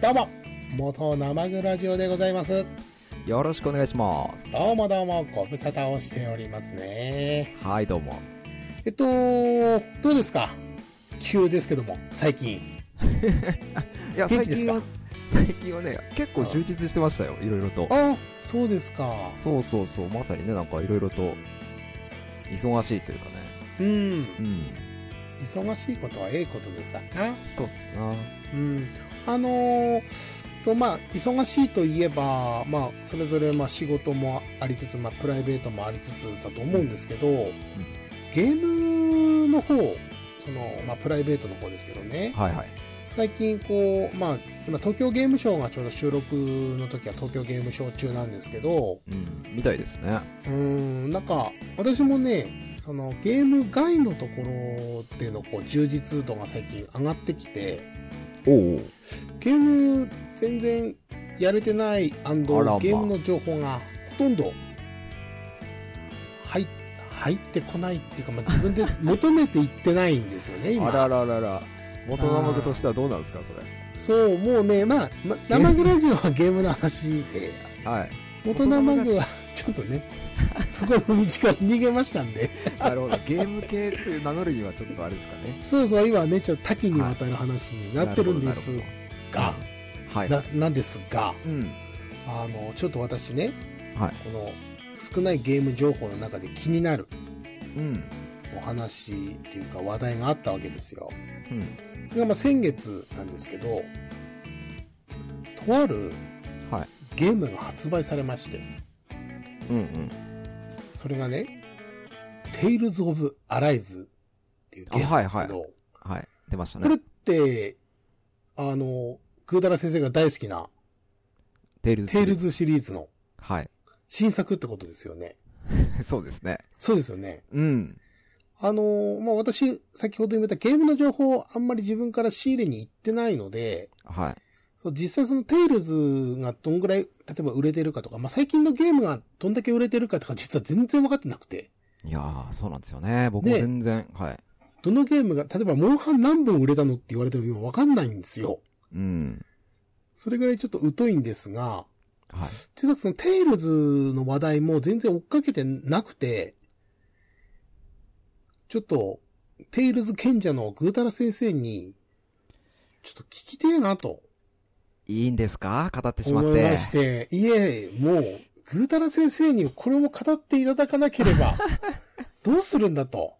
どうも元生グラジオでございますよろしくお願いします。どうもどうもご無沙汰をしておりますねはい、どうも。えっとどうですか急ですけども最近いや、元最気です近かは、最近はね、結構充実してましたよ、いろいろと。あそうですかそうそうそう、まさにね、なんかいろいろと、忙しいというかね。うんうん。忙しいことはええことでさなそうですな。うんあのーとまあ、忙しいといえば、まあ、それぞれまあ仕事もありつつ、まあ、プライベートもありつつだと思うんですけど、ゲームの方その、まあ、プライベートの方ですけどねはいはい。最近こう、まあ、今東京ゲームショウがちょうど収録の時は東京ゲームショウ中なんですけどうん、みたいですね。うーんなんか私もねそのゲーム外のところでのこう充実度が最近上がってきて、おうおうゲーム全然やれてないゲあらまームの情報がほとんど入っ入ってこないっていうか、まあ、自分で求めていってないんですよね あ今らららら。元生具としてはどうなんですか、それ。そうもうねまあ、ま、生グラジオはゲームの話ではい。元生グは ちょっとねそこの道から逃げましたんでなるほど。ゲーム系っていう名乗るにはちょっとあれですかね。そうそう今ねちょっと多岐にわたる話になってるんですがなるほどなるほどはい。ななんですがうん。あのちょっと私ねはい。この少ないゲーム情報の中で気になるうん。お話っていうか話題があったわけですよ。うん。それがまあ先月なんですけど、とあるはい。ゲームが発売されまして、うんうん。それがね、Tales of Arise っていうゲームなんですけど、あはい。出ましたこれねっ。て、あの、グーダラ先生が大好きなテイルズシリーズ。 Tales シリーズのはい。新作ってことですよね。 そうですね。そうですよね。うん。あのーまあ、私、先ほど言ったゲームの情報をあんまり自分から仕入れに行ってないので、はい。そう実際そのテイルズがどんぐらい、例えば売れてるかとか、まあ、最近のゲームがどんだけ売れてるかとか実は全然分かってなくて、いやー、そうなんですよね。僕もね全然、はい。どのゲームが、例えばモンハン何本売れたのって言われても今分かんないんですよ。うん。それぐらいちょっと疎いんですが、はい。実はそのテイルズの話題も全然追っかけてなくて、ちょっと、テイルズ賢者のぐーたら先生に、ちょっと聞きてえなといいんですか語ってしまっ思いてま。して、いえ、もう、ぐーたら先生にこれも語っていただかなけれ ば、どうするんだと。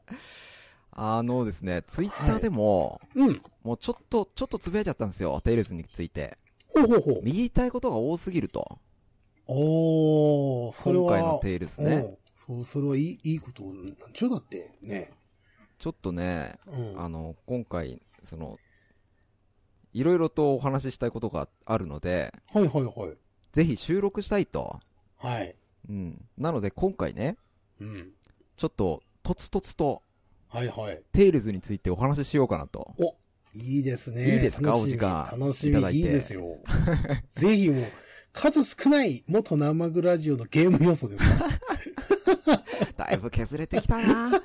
あのですね、ツイッターでも、うん。もうちょっと、ちょっとつぶやいちゃったんですよ。テイルズについて。ほうほうほう。言いたいことが多すぎると。おー、それは。今回のテイルズね。うん。そう、それはいい、いいことなんちょだって、ね。ちょっとね、うん。あの、今回、その、いろいろとお話ししたいことがあるので、はいはいはい。ぜひ収録したいと。はい。うん。なので今回ね、うん。ちょっと、とつとつと、はいはい。テイルズについてお話ししようかなと。お、いいですね。いいですか楽しみお時間楽しいただみ、いていいですよ。 ぜひもう、数少ない元生グラジオのゲーム要素です から。 だいぶ削れてきたなやっ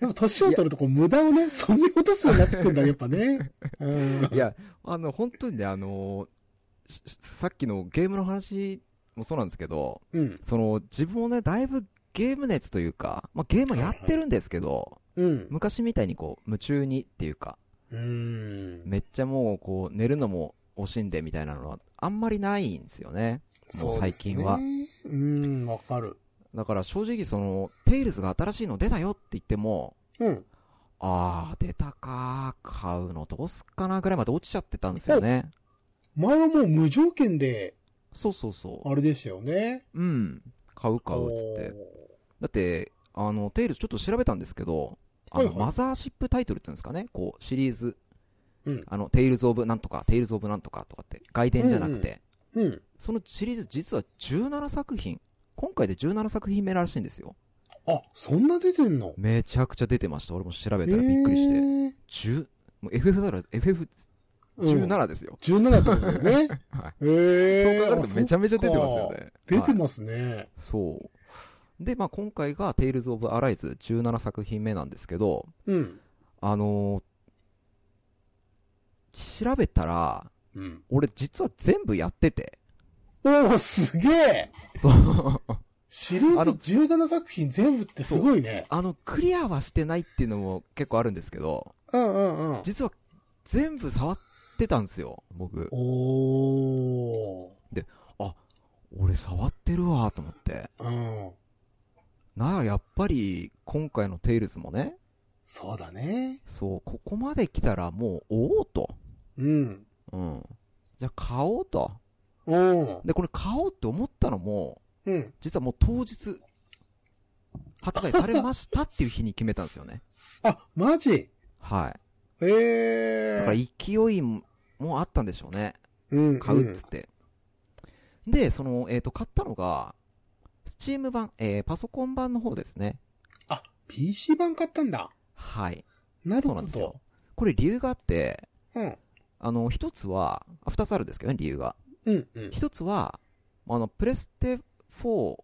ぱ年を取るとこう無駄をね、そんな落とすようになってくんだね、やっぱね。うん。 いや、あの、本当にね、あのーししさっきのゲームの話もそうなんですけど、うん。その、自分もね、だいぶゲーム熱というか、まあ、ゲームやってるんですけど、うん。昔みたいに こう、夢中にっていうか、うん。めっちゃもう、こう、寝るのも惜しんでみたいなのは、あんまりないんですよね。もう最近はそうですね。うん、わかる。だから正直その、テイルズが新しいの出たよって言っても、うん。あー、出たかー、買うのどうすっかなぐらいまで落ちちゃってたんですよね。前はもう無条件で、そうそうそあれでしたよね。う。うん。買う買うっつって。だって、あの、テイルズちょっと調べたんですけど、あの、はいはいマザーシップタイトルって言うんですかねこう、シリーズ。うんあの、テイルズ・オブ・なんとか、テイルズ・オブ・なんとかとかって、外伝じゃなくて、んおー。うん。そのシリーズ実は17作品。今回で17作品目らしいんですよ。あ、そんな出てんのめちゃくちゃ出てました。俺も調べたらびっくりして。え10、もう FF だら、FF17 うんですよ。 17ってことだよね。 はい。ええそう考えるとめちゃめちゃ出てますよね。出てはいますね。そう。で、まあ今回が Tales of Arise 17作品目なんですけど、うん。あのー調べたら、うん。俺実は全部やってて。おお、すげえそう。 シリーズ17作品全部ってすごいね。あの、クリアはしてないっていうのも結構あるんですけど、うんうんうん。実は全部触ってたんですよ、僕。おー。俺触ってるわ、と思って。うん。なあ、やっぱり、今回のテイルズもね、そうだね。そう、ここまで来たらもう、おおうと。うん。うん。じゃあ買おうと。うん。で、これ買おうって思ったのも、うん。実はもう当日、発売されましたっていう日に決めたんですよ ね。あ、マジはい。ええー。だから勢いもあったんでしょうね。うん、買うっつって。で、その、えっ、と、買ったのが、スチーム版、えー、パソコン版の方ですね。あ、PC 版買ったんだ。はい。なるほど。そうなんですよ。これ理由があって、うん。あの、一つは、あ二つあるんですけどね、理由が。うん、うん。一つは、あの、プレステ4、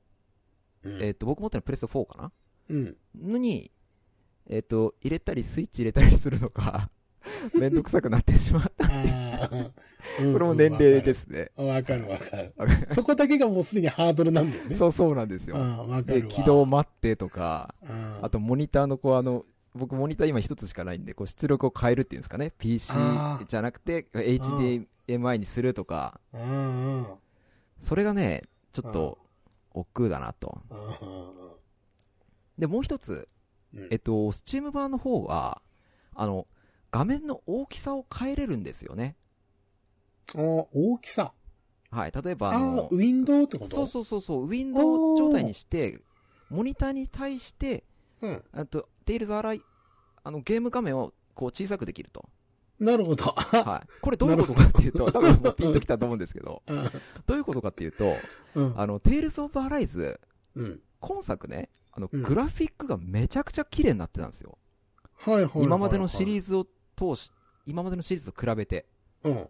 うんえっ、と、僕持ってるのプレステ4かなうん。のに、えっ、と、入れたり、スイッチ入れたりするのが、 めんどくさくなってしまった。あー うん。これも年齢ですすね。わかるわかるわか。そこだけがもうすでにハードルなんだよね。そうそうなんですうよ。ん、わかで、るわ。起動待ってとか、うん。あとモニターのこうあの、僕モニター今一つしかないんで、こう出力を変えるっていうんですかね。PC あーじゃなくて、HDMI にするとか、うんうん。うんそれがね、ちょっと、億劫だなと。うんで、もう一つ、うん。えっと、スチーム版の方は、あの、画面の大きさを変えれるんですよね。あー大きさ。はい。例えば、ああのー、ウィンドウってことそうそうそうそう、ウィンドウ状態にして、モニターに対して、う。うん。あと、テイルズアライ、あの、ゲーム画面をこう小さくできると。なるほど。 はい。これどういうことかっていうと、多分もうピンときたと思うんですけど、 うんどういうことかっていうと、うん。あの、テイルズ・オブ・アライズ、うん。今作ね、あの、うんグラフィックがめちゃくちゃ綺麗になってたんですよ。はいはい。今までのシリーーズを通し、今までのシリーズと比べて、ズ。うん。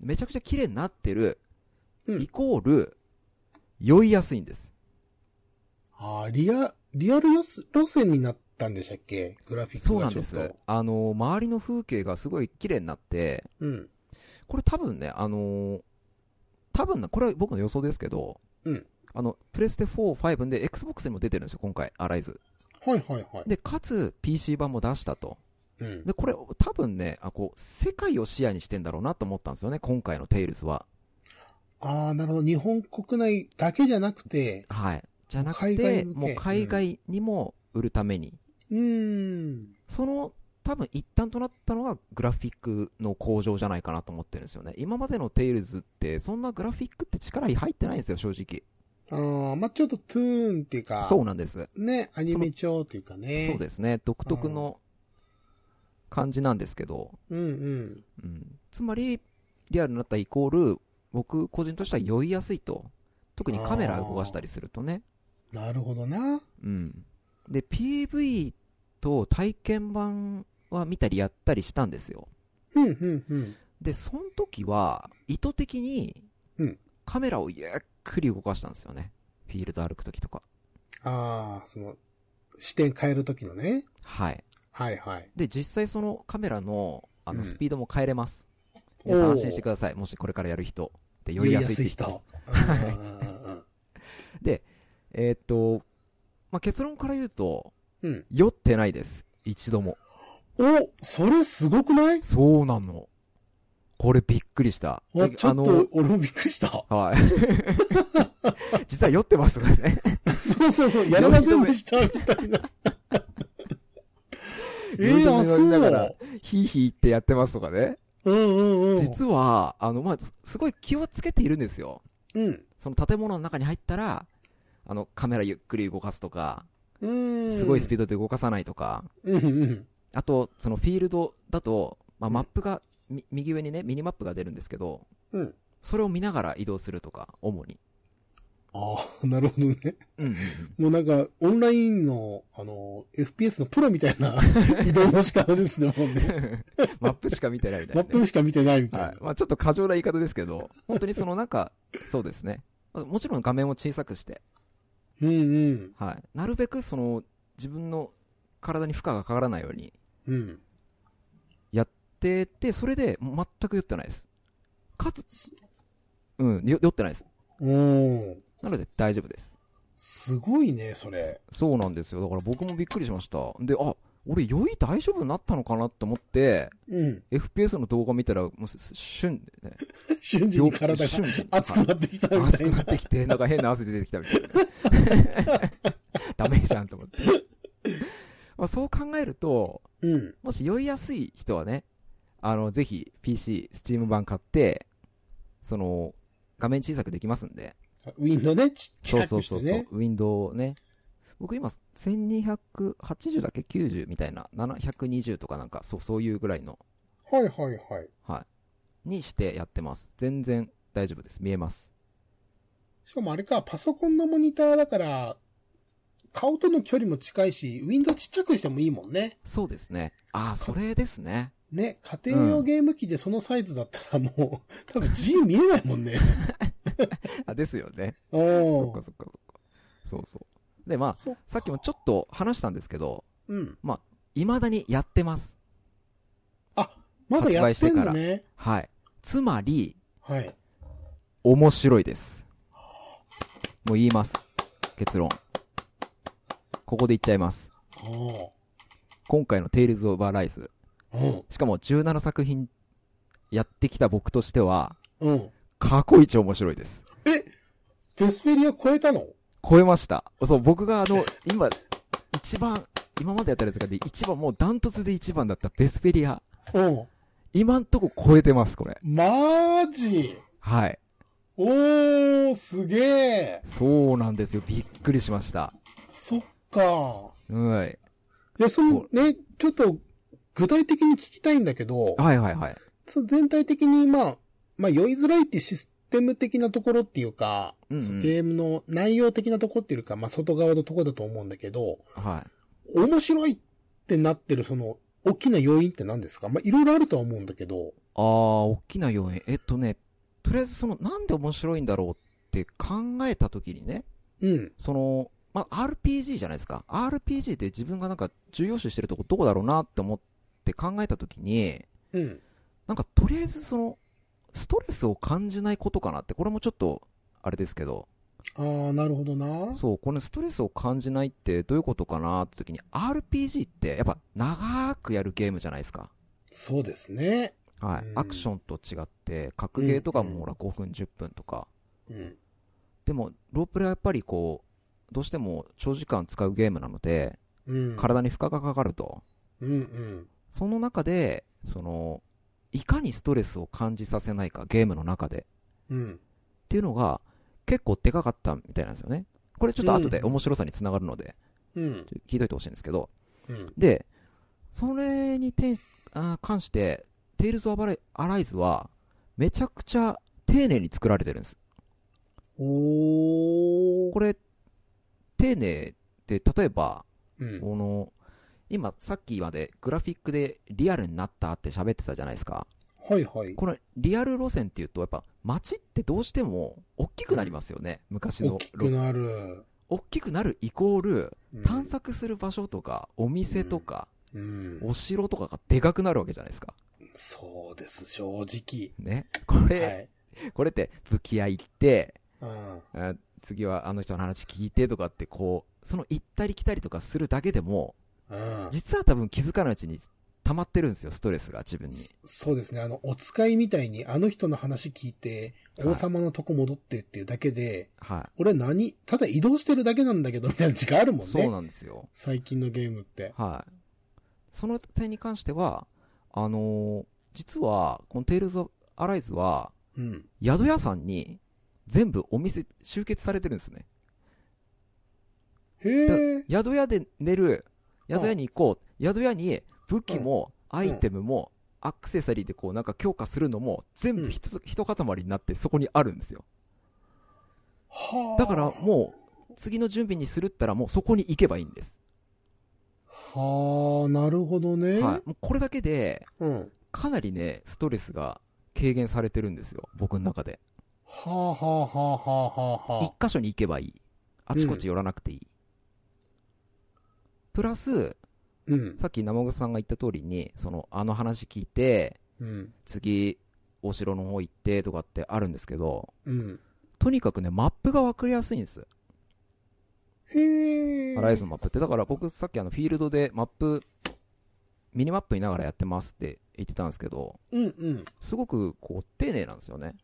めちゃくちゃ綺麗になってる、うんイコール、酔いやすいんです。あーリア、リアルよす路線になったんでしたっけグラフィックがちょっと。そうなんです。あの、周りの風景がすごい綺麗になって、うん。これ多分ね、あのー多分な、これは僕の予想ですけど、うんあの、プレステ4、5で Xbox にも出てるんですよ、今回、アライズ。はいはいはい。で、かつ PC 版も出したと。うん。で、これ多分ね、あ、こう、世界を視野にしてんだろうなと思ったんですよね、今回のテイルズは。ああ、なるほど。日本国内だけじゃなくて、はい。じゃなく海外て、向けもう海外にも売るために。うーん。その多分一端となったのがグラフィックの向上じゃないかなと思ってるんですよね。今までのテイルズってそんなグラフィックって力入ってないんですよ、正直。ああ、まあちょっとトゥーンっていうか、そうなんです。ね、アニメ調っていうかね。そうですね。独特の感じなんですけど、うんうん。うん、つまりリアルになったイコール僕個人としては酔いやすいと。特にカメラ動かしたりするとね。なるほどな。うん。で、PV と体験版は見たりやったりしたんですよ。うんうんうん。で、その時は、意図的にうん、カメラをゆっくり動かしたんですよね。フィールド歩く時とか。ああ、その、視点変える時のね。はい。はいはい。で、実際そのカメラの、あうの、んスピードも変えれます。おー皆さん安心してください。もしこれからやる人。で、酔いやすいって人。酔いやすい人。うんうんうんえーっと、まあ、結論から言うと、うん酔ってないです。一度も。 うん。お、それすごくないそうなの。これびっくりした。わでちょっと、俺もびっくりした。あの、はい。 実は酔ってますからね。そうそうそう、 やれませんでした、みたい な。ええ酔い止めあ、そ飲みながらう。ヒーヒーってやってますとかね。うんうんうん。実は、あの、まあ、すすごい気をつけているんですよ。うん。その建物の中に入ったら、あの、カメラゆっくり動かすとか、うん。すごいスピーードで動かさないとか、ド。うんうん。あと、そのフィールドだと、まあ、うんマップが、み右上にね、ミニマップが出るんですけど、うん。それを見ながら移動するとか、主に。ああ、なるほどね。うんうんうん。もうなんか、オンラインの、あの、FPS のプロみたいな 移動の仕方ですね、もうね。 マップしか見てないみたいマなッね、プしか見てないみたいな。はい。まあ、ちょっと過剰な言い方ですけど、本当にそのなんか、そうですね。まあもちろん画面を小さくして、うんうん。はい。なるべくその、自分の体に負荷がかからないように、うん。やってて、それで全く酔ってないです。かつ、うん、よ酔ってないです。うん。なので大丈夫です。すごいね、それ。そうなんですよ。だから僕もびっくりしました。で、あ、俺酔い大丈夫になったのかなって思って、 うん。 FPS の動画見たら、もうす、す瞬、 ね、瞬時に体が瞬時に熱くなってきたみた熱いくななっ。てきて、なんか変な汗出てきたみたいなね。 ダメじゃんと思って。まあ、そう考えると、うん。もし酔いやすい人はね、あの、ぜひ PC、Steam 版買って、その、画面小さくできますんで。ウィンドウね、ちそう近そうくしそうてそうね。。ウィンドウね。僕今、1280だっけ ?90 みたいな。720とかなんか、そう、そういうぐらいの、はいはいはい。にしてやってます。全然大丈夫です。見えます。しかもあれか、パソコンのモニターだから、顔との距離も近いし、ウィンドウちっちゃくしてもいいもんね。そうですね。ああ、それですね。ね、家庭用ゲーム機でそのサイズだったらもう、多分字見えないも んね。あ、ですよね。そおっかーそっかそっか。そうそう。で、まあ、そう。さっきもちょっと話したんですけど、うん。未だにやってます。あ、まだやってんの発売ね。はい。つまり、はい。面白いです。もう言います。結論。ここで言っちゃいます。お今回のテイルズ・オブ・ア・ライズ。ーうん。しかも17作品やってきた僕としては、うん。過去一面白いです。デスペリア超えたの超えました。そう、僕があの、今、一番、今までやったやつがで一番、もうダントツで一番だったベスペリア。うん。今んとこ超えてます、これ。マジはい。おー、すげえ。そうなんですよ。びっくりしました。そっか。はい。いや、そのね、ちょっと、具体的に聞きたいんだけど、はいはいはい。その全体的に、まあ、まあ、酔いづらいっていうシステム的なところっていうか、うんうんそのゲームの内容的なところっていうか、まあ、外側のところだと思うんだけど、はい。面白いってなってる、その、大きな要因って何ですかまあ、いろいろあるとは思うんだけど、あー、大きな要因。えっとね、とりあえずその、なんで面白いんだろうって考えた時にね、うん、その、まあ、RPG じゃないですか。RPG って自分がなんか重要視してるとこどこだろうなって思って考えた時に、うん、なんかとりあえずその、ストレスを感じないことかなって、これもちょっと、あれですけど、あー、なるほどな。そう、このストレスを感じないってどういうことかなって時に、RPG ってやっぱ長くやるゲームじゃないですか。そうですね。はい。うんアクションと違って、格ゲーとかうんもほら5分10分とか。うん、でも、ロープレはやっぱりこう、どうしても長時間使うゲームなので、うん、体に負荷がかかると。うん、うん。その中で、その、いかにストレスを感じさせないか、ゲームの中で。うん。っていうのが、結構でかかったみたいなんですよね。これちょっと後で面白さにつながるので、うん。聞いといてほしいんですけど。うん。で、それにてんあー関して、テイルズ・オブアライ・アライズは、めちゃくちゃ丁寧に作られてるんです。おー。これ、丁寧で、例えば、うん。この、今、さっきまでグラフィックでリアルになったって喋ってたじゃないですか。はいはい。このリアル路線っていうと、やっぱ街ってどうしても大きくなりますよね。昔大のきくロ。なる。大きくなるイコール、うん探索する場所とか、お店とか、うん。お城とかがでかくなるわけじゃないですか。そうです、正ね。こ直。れ、はい。これって、武器屋行って、うん。あ次はあの人の話聞いてとかって、こう、その行ったり来たりとかするだけでも、うん。実は多分気づかないうちに溜まってるんですよ、ストレスが自分に。そうですね、あの、お使いみたいに、あの人の話聞いて、はい王様のとこ戻ってっていうだけで、は俺何、ただ移動してるだけなんだけど、みたいな時間あるい。もんそうね。なんですよ。最近のゲームって。はい。その点に関しては、あのー実は、このテイルズ・アライズは、うん。宿屋さんに全部お店集結されてるんですね。へえ。宿屋で寝る、うん宿屋に行こう、宿屋に武器もアイテムもアクセサリーでこうなんか強化するのも全う部んひと、ひと塊になってそこにあるんですよ。はあ。だからはもう次の準備にするったらもうそこに行けばいいんです。あ、なるほどね。はい。もうこれだけでうん。かなりね、ストレスが軽減されてるんですよ。僕の中で。はあはあはあはあはあ一。箇所に行けばいい。あちこち寄らなくていい。プラス、うん。さっき生口さんが言った通りに、その、あの話聞いて、うん。次、お城の方行ってとかってあるんですけど、うん。とにかくね、マップが分かりやすいんです。へえ。アライズのマップって。だから僕さっきあのフィールドでマップ、ミニマップ見ながらやってますって言ってたんですけど、うんうん。すごくこう丁寧なんですよね。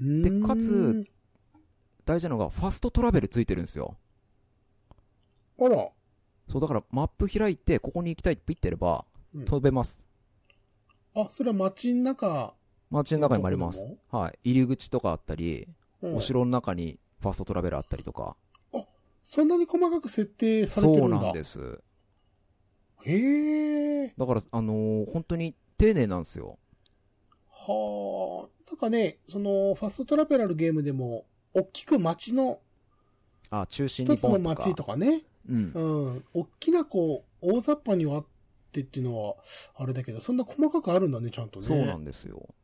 うーんかつ、大事なのがファストトラベルついてるんですよ。あら、そうだからマップ開いて、ここに行きたいってピッてやればうん、飛べます。あ、それは街の中、街の中にもありますどこで。はい。入り口とかあったり、うんお城の中にファストトラベルあったりとか。そんなに細かく設定されてそるうんだ。なんです。へえ。だから、あのー本当に丁寧なんですよ。はあ。なんかね、その、ファストトラベラルゲームでも、大きく街の、あ、中心に一つのボンとか。街とかね、うん。うん、大きなこう、大雑把にはあってっていうのは、あれだけど、そんな細かくあるんだね、ちゃんとね。そうなんですよ。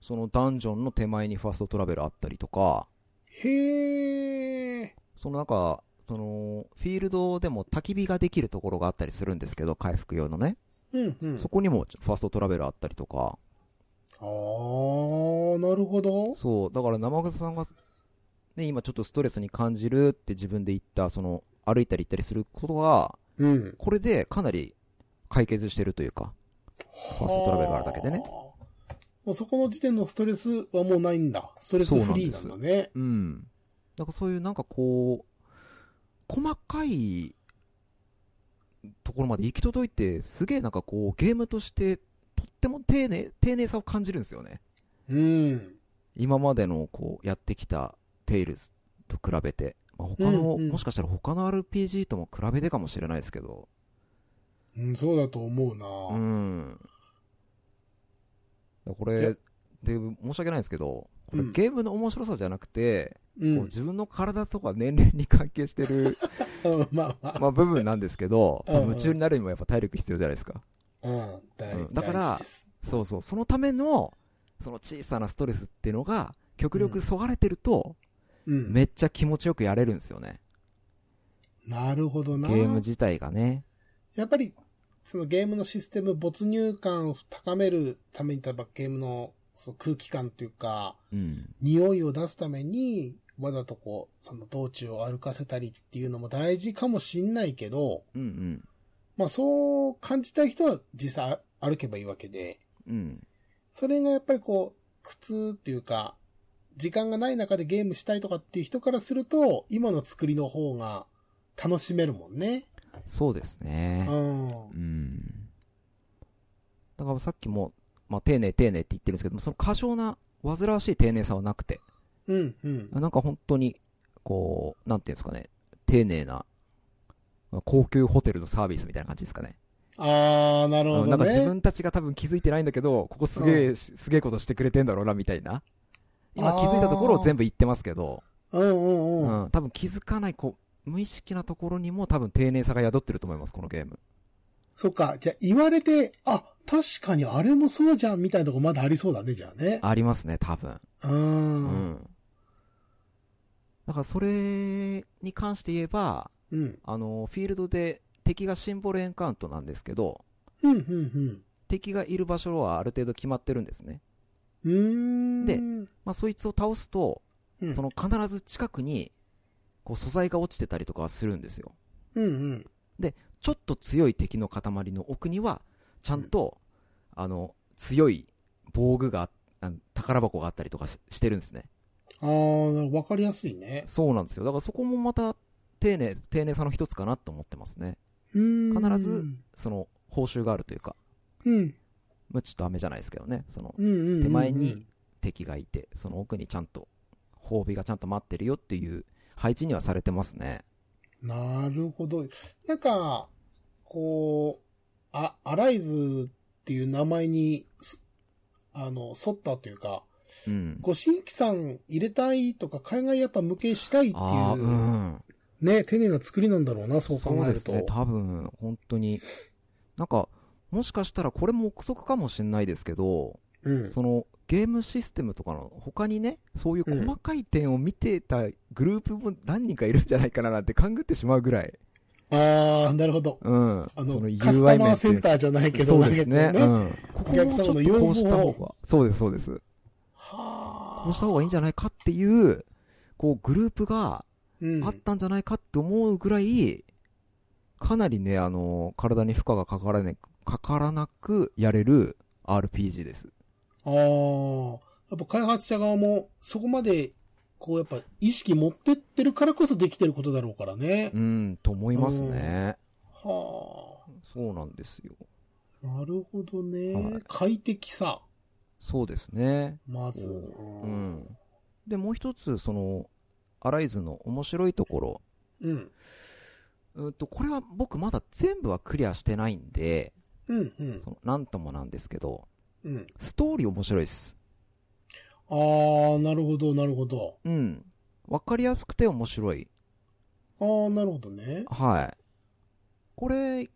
そのダンジョンの手前にファーストトラベルあったりとか、へえ。その中、その、フィールドでも焚き火ができるところがあったりするんですけど、回復用のね。うんうん。そこにもファーストトラベルあったりとか。あー、なるほど。そう、だから生笠さんが、ね、今ちょっとストレスに感じるって自分で言った、その、歩いたり行ったりすることが、うん。これでかなり解決してるというか、ファストトラベルがあるだけでね。もうそこの時点のストレスはもうないんだ。ストレスフリーなんだね。うん。なんかそういうなんかこう、細かいところまで行き届いて、すげえなんかこう、ゲームとして、とっても丁寧、丁寧さを感じるんですよね。うん。今までのこう、やってきたテイルズと比べて。まあ、他の、うんうんもしかしたら他の RPG とも比べてかもしれないですけど。うん、そうだと思うな、うん。だからこいやれ、で、申し訳ないんですけど、これうんゲームの面白さじゃなくて、う。こうん自分の体とか年齢に関係し てるうんまあまあ。まあ部分なんですけど、うんうん夢中になるにもやっぱ体力必要じゃないですか。うん。大うんだから大事ですそうそう、そのための、その小さなストレスっていうのが、極力そがれてると、うん。めっちゃ気持ちよくやれるんですよね。なるほどゲな。ーム自体がね。やっぱり、そのゲームのシステム、没入感を高めるために、やっぱゲームのその空気感というか、うん。匂いを出すために、わざとこう、その道中を歩かせたりっていうのも大事かもしんないけど、うんうん。まあそう感じたい人は実際歩けばいいわけで、うん。それがやっぱりこう、苦痛っていうか、時間がない中でゲームしたいとかっていう人からすると、今の作りの方が楽しめるもんね。そうですねう。ん。うん。だからさっきも、まあ丁寧丁寧って言ってるんですけども、その過剰な、煩わしい丁寧さはなくて、うん、うん。なんか本当に、こう、なんていうんですかね、丁寧な、まあ高級ホテルのサービスみたいな感じですかね。あー、なるうほんなどんか自ね。分たちが多分気づいてないんだけど、ここすげえ、しすげえことしてくれてんだろうな、みたいな。今あー気づいたところを全部言ってますけど、うんうんううん。ん、多分気づかない、こう、無意識なところにも多分丁寧さが宿ってると思います、このゲーム。そっか。じゃあ言われて、あ、確かにあれもそうじゃんみたいなとこまだありそうだね、じゃあね。ありますね、多分。う。うんん。だからそれに関して言えば、うん。あの、フィールドで敵がシンボルエンカウントなんですけど、うん、うん、敵がいる場所はある程度決まってるんですね。うん。うーん。でまあ、そいつを倒すと、うんその必ず近くに、こう素材が落ちてたりとかはするんですよ。うんうん。ちょっと強い敵の塊の奥には、ちゃんと、あの、強い防具が、あの宝箱があったりとかししてるんですね。あー、わかりやすいね。そうなんですよ。だからそこもまた、丁寧、丁寧さの一つかなと思ってますね。うーん。必ず。その、報酬があるというか、うん。まあ、ちょっと飴じゃないですけどね、その、うんうんうんうん。手前に敵がいて、その奥にちゃんと、褒美がちゃんと待ってるよっていう配置にはされてますね。なるほど。なんか、こう、あ、アライズっていう名前にす、あの、沿ったというか、うん。ご新規さん入れたいとか、海外やっぱ向けしたいってああ、いうう、ん。ね、丁寧な作りなんだろうな、そう考えると。そうですね、多分、本当に。なんか、もしかしたらこれも憶測かもしれないですけど、うん。そのゲームシステムとかの他にね、そういう細かい点を見てたグループも何人かいるんじゃないかななんて勘ぐってしまうぐらい、ああ、なるほど。うん。あのそ、カスタマーセンターーじゃないけど、そうですなね。んかうこん。ここもお客ち様ょっのと要望をこうした方が。そうです、そうです。はあこうした方がいいんじゃないかっていう、こう、グループがうんあったんじゃないかって思うぐらい、かなりね、あの、体に負荷がかからね、かからなくやれる RPG です。ああ、やっぱ開発者側もそこまで、こうやっぱ意識持ってってるからこそできてることだろうからねう。ん、と思いますね。はそうなんですよ。あ、なるほどね。はい快適さ、そうですね。まず。う。ん。で、もう一つ、その、アライズの面白いところ。うん。うんと、これは僕まだ全部はクリアしてないんで、うん、うん、その、なんともなんですけど、うん。ストーリー面白いです。ああ、なるほど、なるほど。うん。わかりやすくて面白い。ああ、なるほどね。はい。これ、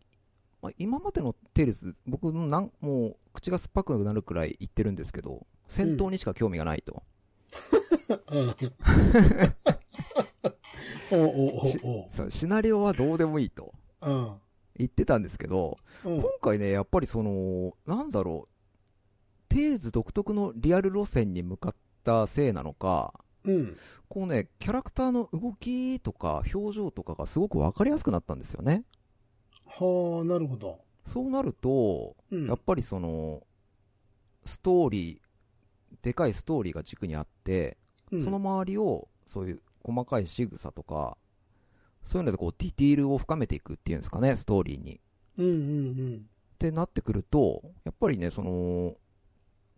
まあ、今までのテイルズ、僕もなん、もう、口が酸っぱくなるくらい言ってるんですけど、戦闘にしか興味がないと。うん。 おうおうしおうおう。そうシナリオはどうでもいいとうん。言ってたんですけど、うん今回ね、やっぱりその、なんだろう、テイルズ独特のリアル路線に向かったせいなのか、うん。こうね、キャラクターの動きとか表情とかがすごくわかりやすくなったんですよね。はあ、なるほど。そうなると、うん。やっぱりその、ストーリー、でかいストーリーが軸にあって、うんその周りを、そういう細かい仕草とか、そういうのでこう、ディティールを深めていくっていうんですかね、ストーリーに。うんうんうん。ってなってくると、やっぱりね、その、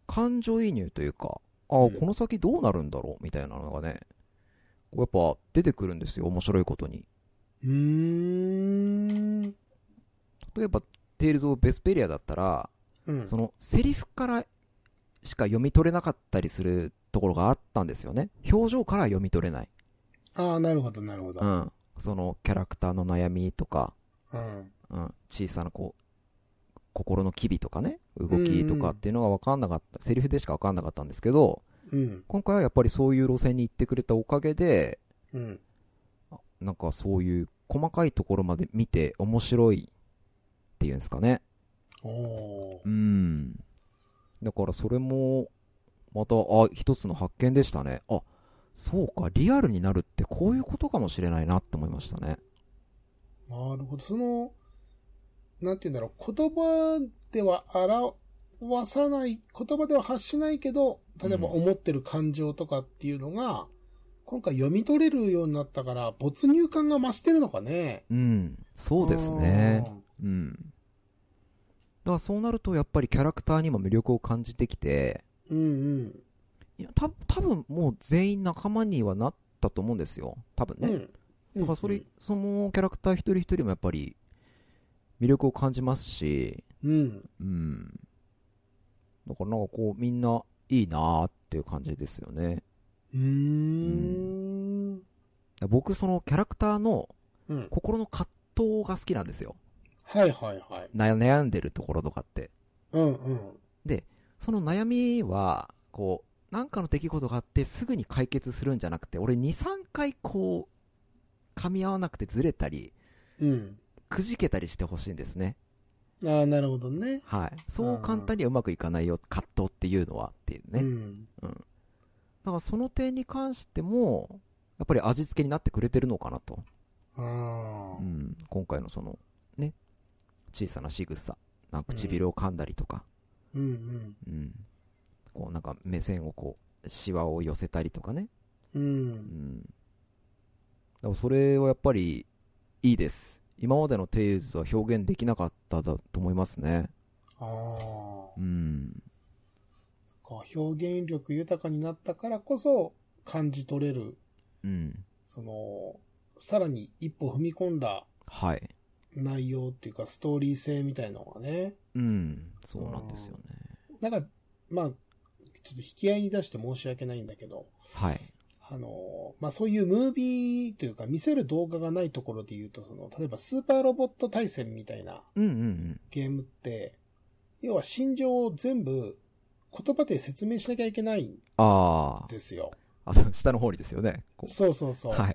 感情移入というか、ああ、うんこの先どうなるんだろうみたいなのがね、こうやっぱ出てくるんですよ、面白いことに。うーん。例えば、テイルズ・オブ・ベスペリアだったら、うん。そのセリフからしか読み取れなかったりするところがあったんですよね表情からは読み取れない、ああ、なるほど、なるほど。うん、そのキャラクターの悩みとか、うん。うん、小さなこう心の機微とかね動きとかっていうのが分かんなかったセリフでしか分かんなかったんですけどうん。今回はやっぱりそういう路線に行ってくれたおかげでうん。なんかそういう細かいところまで見て面白いっていうんですかねおおー。うん。だからそれも、また、あ、一つの発見でしたね。あ、そうか、リアルになるってこういうことかもしれないなって思いましたね。なるほど。その、なんて言うんだろう。言葉では表さない、言葉では発しないけど、例えばうん思ってる感情とかっていうのが、今回読み取れるようになったから、没入感が増してるのかね。うん。そうですね。うん。だからそうなると、やっぱりキャラクターにも魅力を感じてきて、うん。うんいや、た、多分もう全員仲間にはなったと思うんですよ。多分うん。ね。うん。だからそれ、うんそのキャラクター一人一人もやっぱり、魅力を感じますし、うん。うん。だからなんかこう、みんないいなーっていう感じですよね。うーん。僕、そのキャラクターのうん。心の葛藤が好きなんですよ。はいはいはい。な悩んでるところとかって。うんうん。その悩みは、こう、なんかの出来事があってすぐに解決するんじゃなくて、俺2、3回こう、噛み合わなくてずれたり、うん。くじけたりしてほしいんですね。ああ、なるほどね。はい。そう簡単にはうまくいかないよ、葛藤っていうのはっていうね。うん。だからその点に関しても、やっぱり味付けになってくれてるのかなと。ああう。ん、今回のその、ね、小さな仕草、なんか唇を噛んだりとか、うんうん。うん、こうなんか目線をこう、シワを寄せたりとかね。う。うんん。だからそれはやっぱり、いいです。今までのテイズは表現できなかっただと思いますね。ああ。うん。こう表現力豊かになったからこそ感じ取れる、うん。その、さらに一歩踏み込んだはい。内容っていうかストーリー性みたいなのがね。うん。そうなんですよね。なんか、まあ、ちょっと引き合いに出して申し訳ないんだけど、はい。あの、まあそういうムービーというか見せる動画がないところで言うと、その、例えばスーパーロボット対戦みたいなうんうんうん。ゲームって、要は心情を全部言葉で説明しなきゃいけないんあーですよ。あの、下の方にですよね。こそうそうそうう。はい。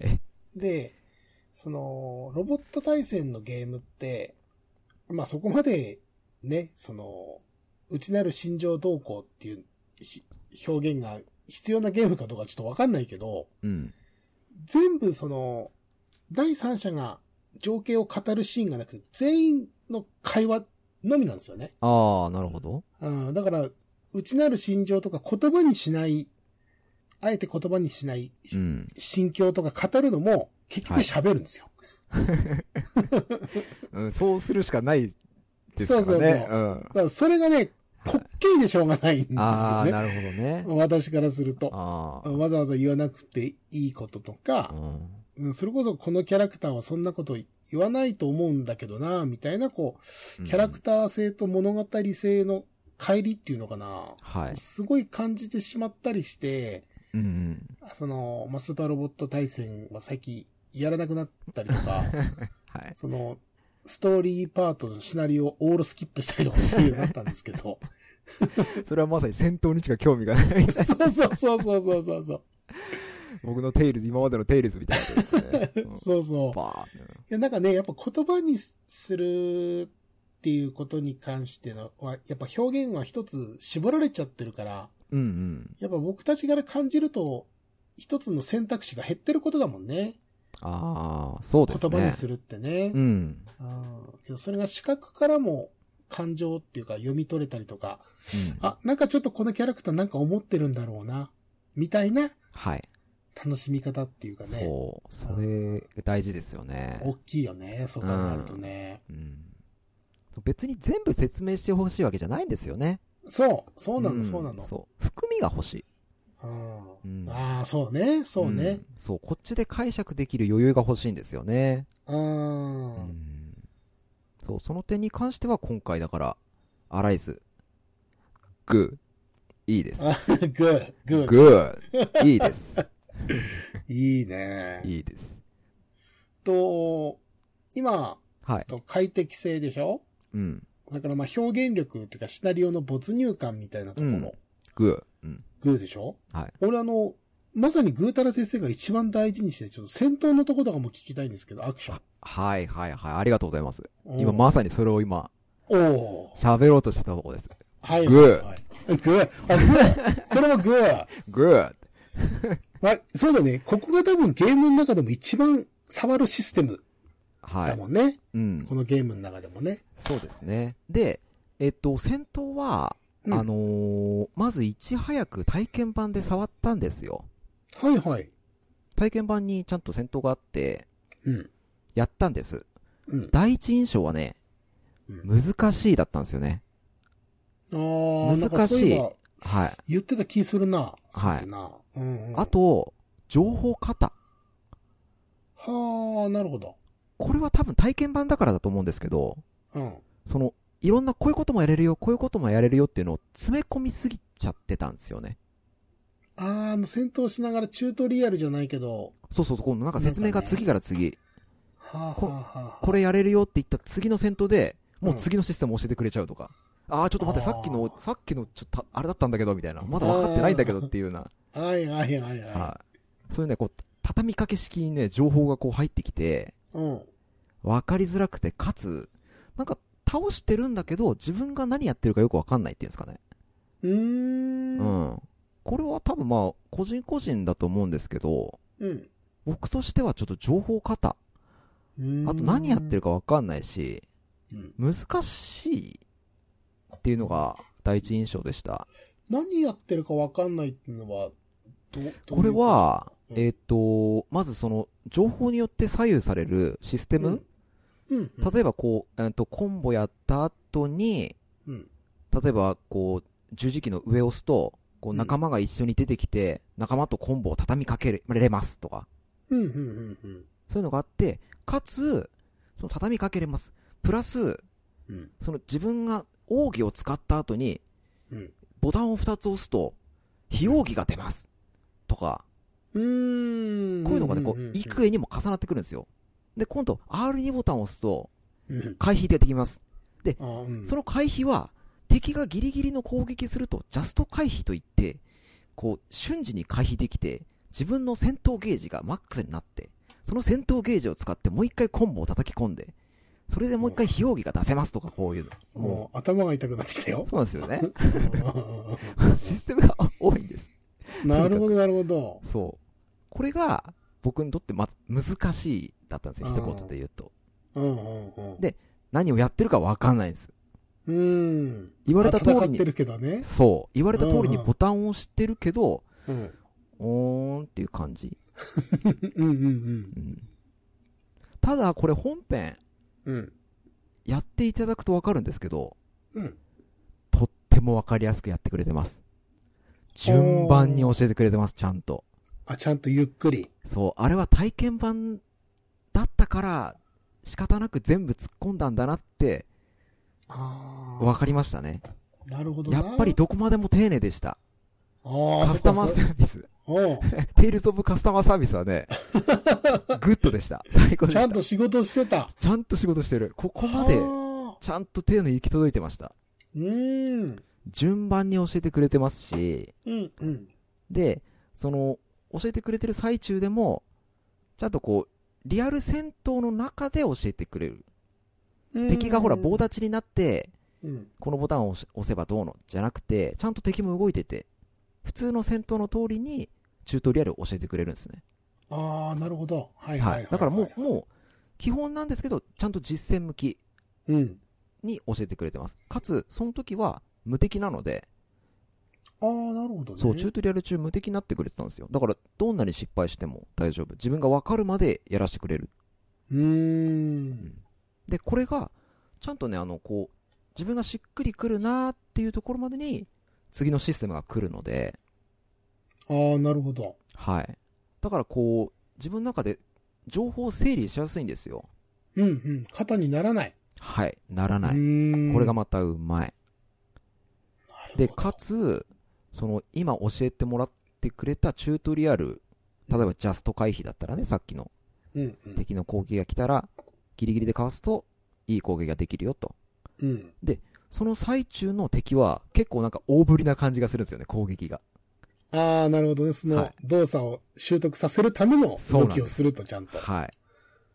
で、その、ロボット対戦のゲームって、まあそこまで、ね、その、内なる心情動向っていうひ表現が必要なゲームかどうかちょっとわかんないけど、うん。全部その、第三者が情景を語るシーンがなく、全員の会話のみなんですよね。ああ、なるほど。うん、だから、内なる心情とか言葉にしない、あえて言葉にしないうん。心境とか語るのも、結局喋るんですよ。うん、そうするしかないですからね。そうそうそうん。だからそれがね、滑稽でしょうがないんですあよあ、ね。なるほどね。私からすると。ああ。わざわざ言わなくていいこととかう、ん。うんそれこそこのキャラクターはそんなこと言わないと思うんだけどな、みたいな、こう、キャラクター性と物語性の乖離っていうのかな、はい。すごい感じてしまったりして、うんその、まあ、スーパーロボット対戦は最近やらなくなったりと か、うん。はい。その、ストーリーパートのシナリオをオールスキップしたりとかするようになったんですけど、それはまさに戦闘にしか興味がない。 そうそうそうそうそうそうそう。僕のテイルズ、今までのテイルズみたいなことですね。うんそうそう。バーンっていや、なんかね、やっぱ言葉にするっていうことに関してのは、やっぱ表現は一つ絞られちゃってるから、うんうん。やっぱ僕たちから感じると、一つの選択肢が減ってることだもんね。ああ、そうです言ね。葉にするってね。うん。うんけどそれが視覚からも感情っていうか読み取れたりとか、うんあ、なんかちょっとこのキャラクターなんか思ってるんだろうな、みたいなはい。楽しみ方っていうかね。そう。それ、大事ですよね。大きいよね、そう考えるとね。うん。別に全部説明してほしいわけじゃないんですよね。そう、そうなの、んそうなの。そう。含みが欲しい。うんうんああ、そうね、そうね。んそう、こっちで解釈できる余裕が欲しいんですよね。うん。 うんそう、その点に関しては今回だから、アライズ、グー、いいです。グー、ググー、いいです。ー。いいね。いいです。と、今、はい。と快適性でしょうん。だからまあ表現力っていうかシナリオの没入感みたいなところ、うんグー。うん。グーでしょはい。俺あの、まさにグータラ先生が一番大事にして、ちょっと戦闘のとことかも聞きたいんですけど、アクション。はいはいはい。ありがとうございます。うん今まさにそれを今、おー喋ろうとしてたとこです。はい。グーー。グー。あ、グー。 これもグー。グーまあ、そうだね。ここが多分ゲームの中でも一番触るシステムはだい。もんね。うんこ。のゲームの中でもね。そうですね。で、えっと、戦闘は、うんあのーまずいち早く体験版で触ったんですよ。はいはい。体験版にちゃんと戦闘があって、うん。やったんです。うん。第一印象はね、うん難しいだったんですよね。ああ、なんか難そうしいいえばはい。言ってた気するな。はいそうだな。うん、うん。あ、と、情報型。はあ、なるほど。これは多分体験版だからだと思うんですけど、うん。その、いろんなこういうこともやれるよ、こういうこともやれるよっていうのを詰め込みすぎちゃってたんですよね。あーあの、戦闘しながらチュートリアルじゃないけど、そうそうそう、このなんか説明が次から次。はあ、はあこはあはあ、これやれるよって言った次の戦闘で、もううん次のシステム教えてくれちゃうとか。ああ、ちょっと待って、あーさっきの、さっきの、ちょっと、あれだったんだけど、みたいな。まだ分かってないんだけどっていうような。はいはいはいはい。はい。そういうね、こう、畳みかけ式にね、情報がこう入ってきて、うん。分かりづらくて、かつ、なんか、倒してるんだけど、自分が何やってるかよく分かんないっていうんですかね。うーん。う。ん。これは多分まあ、個人個人だと思うんですけど、うん。僕としてはちょっと情報型。うーん、あと何やってるか分かんないし、うん難しいっていうのが第一印象でした。何やってるかわかんないっていうのは、ど、どういうとこれ、は、うんえっ、と、まずその、情報によって左右されるシステうんム、うん。例えばこう、えっ、と、コンボやった後に、うん。例えばこう、十字キーの上を押すと、こうう、ん仲間が一緒に出てきて、仲間とコンボを畳みかけれますとか、うん。うん。うん。うん。そういうのがあって、かつ、その畳みかけれます。プラス、うん。その自分が奥義を使った後に、うん。ボタンを2つ押すと、非奥義が出ます。とか、うーんこういうのがね、こんんう、ん幾重にも重なってくるんですよ。で、今度、R2 ボタンを押すと、うん回避でできます。あーうんその回避は、敵がギリギリの攻撃すると、ジャスト回避といって、こう、瞬時に回避できて、自分の戦闘ゲージがマックスになって、その戦闘ゲージを使ってもう一回コンボを叩き込んで、それでもう一回非容疑が出せますとか、こういうの。ももう頭が痛くなってきたよう、。そうなんですよね。 システムが多いんです。 なるほど、なるほど。そう。これが、僕にとってまず、難しいだったんですよ、あ一ー言で言うと。うんうんうん。で何をやってるかわかんないんです。うん。言われた通まあり戦っにて、るけどね。そう。言われた通りにうんうんボタンを押してるけど、うん。おーんっていう感じ。うんうんうん。ただ、これ本編、うん。うん。やっていただくとわかるんですけど、うん。とってもわかりやすくやってくれてます。順番に教えてくれてます、ちゃんと。あ、ちゃんとゆっくり。そう、あれは体験版だったから、仕方なく全部突っ込んだんだなって、あわかりましたね。あ。なるほどなやっぱり、どこまでも丁寧でした。ああ、カスタマーそっかサービス。そっかテイルズ・オブ・カスタマーサービスはね、 グッドでした。最う高んでしちゃた。んと仕事してた。ちゃんと仕事してる。ここまであ、ーちゃんと丁寧に行き届いてました。うん。順番に教えてくれてますし、うんうん。で、その、教えてくれてる最中でも、ちゃんとこう、リアル戦闘の中で教えてくれる。敵がほら、棒ダ立ちになって、うん。このボタンを押し押せばどうのじゃなくて、ちゃんと敵も動いてて、普通の戦闘の通りに、チュートリアルを教えてくれるんですね。ああ、なるほど。はいはいははいい。だからもう、もう、基本なんですけど、ちゃんと実践向きう、うん。に教えてくれてます。かつ、その時は無敵なので、ああ、なるほどね。そう、チュートリアル中無敵になってくれてたんですよ。だから、どんなに失敗しても大丈夫。自分が分かるまでやらせてくれる。うーん。で、これが、ちゃんとね、あの、こう、自分がしっくりくるなーっていうところまでに、次のシステムが来るので、ああ、なるほど。はい。だから、こう、自分の中で情報を整理しやすいんですよ。うんうん。肩にならない。はい。ならうない。ーん。これがまたうまい。なるほど、で、かつ、その、今教えてもらってくれたチュートリアル、例えばジャスト回避だったらね、さっきのうんうん。敵の攻撃が来たら、ギリギリでかわすと、いい攻撃ができるよと。うん。その最中の敵は、結構なんか大ぶりな感じがするんですよね、攻撃が。ああ、なるほどね。そはのい動作を習得させるためのそうな動んですきをすると、ちゃんと。はい。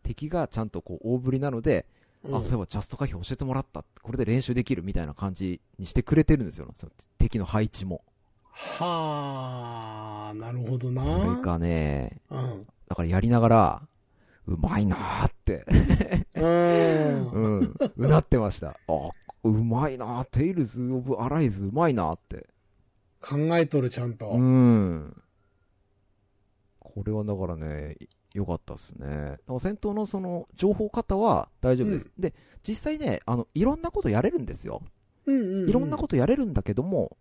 敵がちゃんとこう、大ぶりなので、うんあ、そういえばジャスト回避教えてもらった。これで練習できるみたいな感じにしてくれてるんですよ、その敵の配置も。はあ、なるほどな。これがね、うん。だからやりながら、うまいなーって。うん。うん、うなってました。あ、うまいな、テイルズ・オブ・アライズ、うまいなって。考えとる、ちゃんと。うん。これはだからね、良かったですね。だから戦闘のその情報方は大丈夫です。で、実際ね、あの、いろんなことやれるんですよ。うんうん、いろんなことやれるんだけども、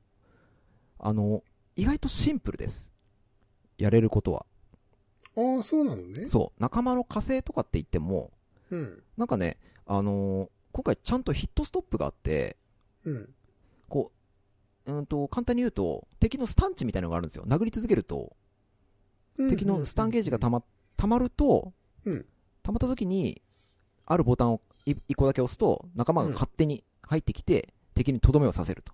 あの、意外とシンプルです。やれることは。と。ああ、そうなのね。そう、仲間の加勢とかって言っても、うん。なんかね、あの今回ちゃんとヒットストップがあって、うん。こう、うんと、簡単に言うと、敵のスタンチみたいなのがあるんですよ。殴り続けると、敵のスタンゲージがたま、たまると、うんたまった時に、あるボタンをい一個だけ押すと、仲間が勝手に入ってきて、敵にとどめをさせると。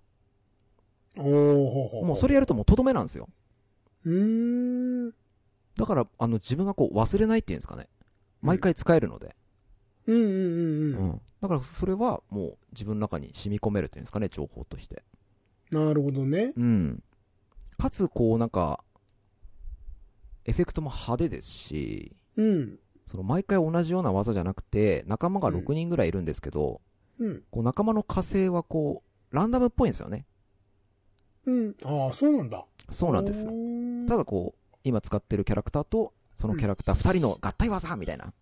おおほうほう。もうそれやるともうとどめなんですよ。うーん。だから、あの、自分がこう忘れないっていうんですかね。毎回使えるので。うんうんうんううん。んだから、それはもう自分の中に染み込めるというんですかね、情報として。なるほどね。うん。かつ、こう、なんか、エフェクトも派手ですし、うん。その毎回同じような技じゃなくて、仲間が6人ぐらいいるんですけど、うん。こう仲間の火星はこう、ランダムっぽいんですよね。うん。ああ、そうなんだ。そうなんですおよ。ーただこう、今使ってるキャラクターと、そのキャラクター2人の合体技みたいな、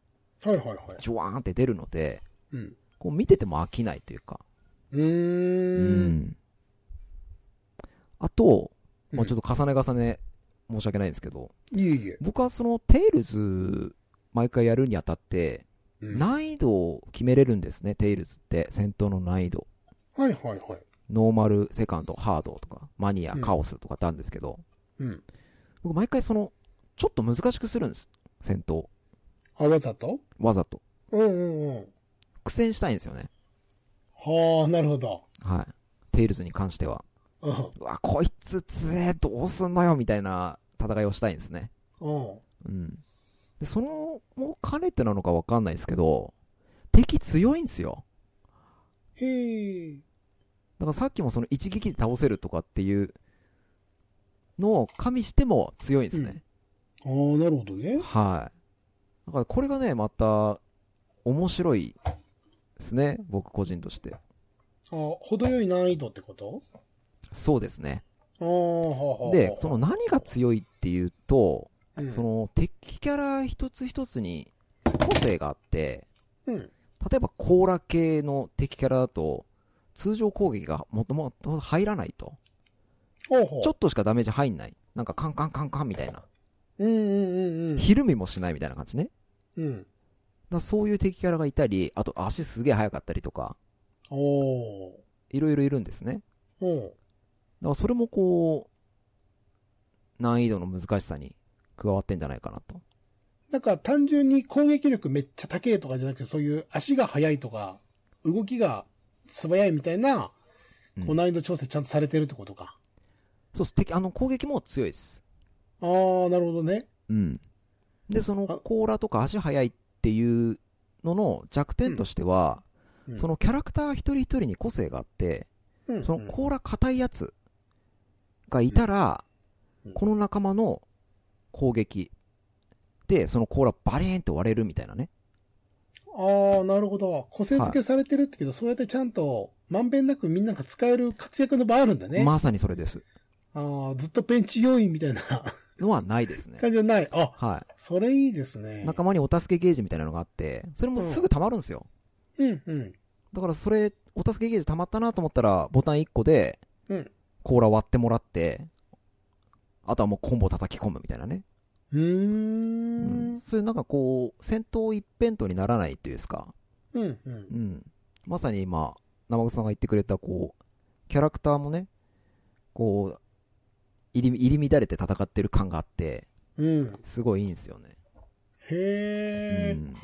はいはいはい。ジュワーンって出るので、うん。こう見てても飽きないというか。うー。うんん。あと、まうあんちょっと重ね重ね、申し訳ないんですけど、いえいえ。僕はその、テイルズ、毎回やるにあたって、うんはい難易度を決めれるんですね、テイルズって。戦闘の難易度。はいはい。ノーマル、セカンド、ハードとか、マニア、うんカオスとかってあるんですけど、うん。僕毎回その、ちょっと難しくするんです。戦闘。あ、わざとわざと。うんうんうん。苦戦したいんですよね。はあ、なるほど。はい。テイルズに関しては。うん。うわ、こいつつえ、どうすんのよ、みたいな戦いをしたいんですね。うん。うん。で、その、もうかねてなのかわかんないですけど、敵強いんですよ。へえ。だからさっきもその一撃で倒せるとかっていうのを加味しても強いんですね。ああ、なるほどね。はい。だからこれがね、また面白いですね。僕個人として。あー程よい難易度ってことそうですね。ああ、はあはあ。で、その、何が強いっていうと、うん、そ、の敵キャラ一つ一つに個性があって、うん。例えばコーラ系の敵キャラだと、通常攻撃がもともと入らないと。ほうほう。ちょっとしかダメージ入んない。なんかカンカンカンカンみたいな。うんうんうんうん。ひるみもしないみたいな感じね。だかうん。らそういう敵キャラがいたり、あと足すげえ速かったりとか、おお。いろいろいるんですね。うん。だからそれもこう、難易度の難しさに加わってんじゃないかなと。なんか単純に攻撃力めっちゃ高えとかじゃなくて、そういう足が速いとか、動きが素早いみたいな、うんこう難易度調整ちゃんとされてるってことか。そうです。敵、あの攻撃も強いです。ああ、なるほどね。うん。で、その、あ甲羅とか足速いっていうのの弱点としては、うんそのキャラクター一人一人に個性があって、うんそのうん甲羅硬いやつがいたら、うんこの仲間の攻撃で、その甲羅バレーンと割れるみたいなね。ああ、なるほど。個性付けされてるってけど、そうやってちゃんと、まんべんなくみんなが使える活躍の場あるんだね。まさにそれです。ああ、ずっとベンチ要員みたいな のはないですね。感じじゃない。あ、はそれいいですい。ね。仲間にお助けゲージみたいなのがあって、それもすぐ溜まるんですよ。うん、うん。だからそれ、お助けゲージ溜まったなと思ったら、ボタン1個で、うん甲羅割ってもらって、あとはもうコンボ叩き込むみたいなね。うー。うんそういうなんかこう、戦闘一辺倒にならないというですか、うん、うんう。ん。まさに今、生口さんが言ってくれた、こう、キャラクターもね、こう、入り入り乱れて戦ってる感があって、うん。すごいいいんですよね。うへえ、ん。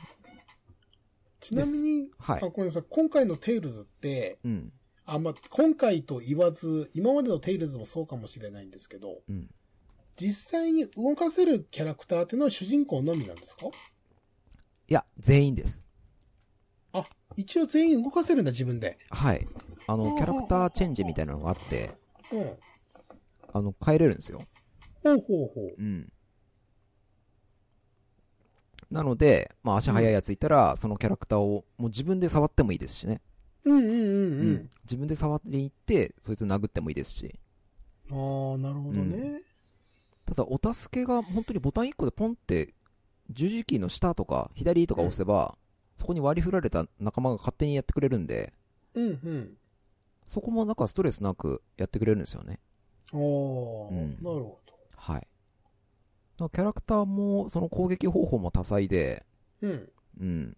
ちなみに、はあ、い。ごめんなさい。今回のテイルズって、うん。あ、まあ、今回と言わず、今までのテイルズもそうかもしれないんですけど、うん。実際に動かせるキャラクターっていうのは主人公のみなんですかいや、全員です。あ、一応全員動かせるんだ、自分で。はい。あほうほの、うキャラクターチェンジみたいなのがあって、うん。あの、変えれるんですよ。ほうほうほう。うん。なので、まあ足速いやついたら、そのキャラクターをもう自分で触ってもいいですしね。うんうんうんうん。自分で触りに行って、そいつ殴ってもいいですし。ああ、なるほどね。ただ、お助けが本当にボタン1個でポンって、十字キーの下とか左とか押せば、そこに割り振られた仲間が勝手にやってくれるんで、うんうん。そこもなんかストレスなくやってくれるんですよね。ああ、うんなるほど。はい。だからキャラクターも、その攻撃方法も多彩で、うん。うん。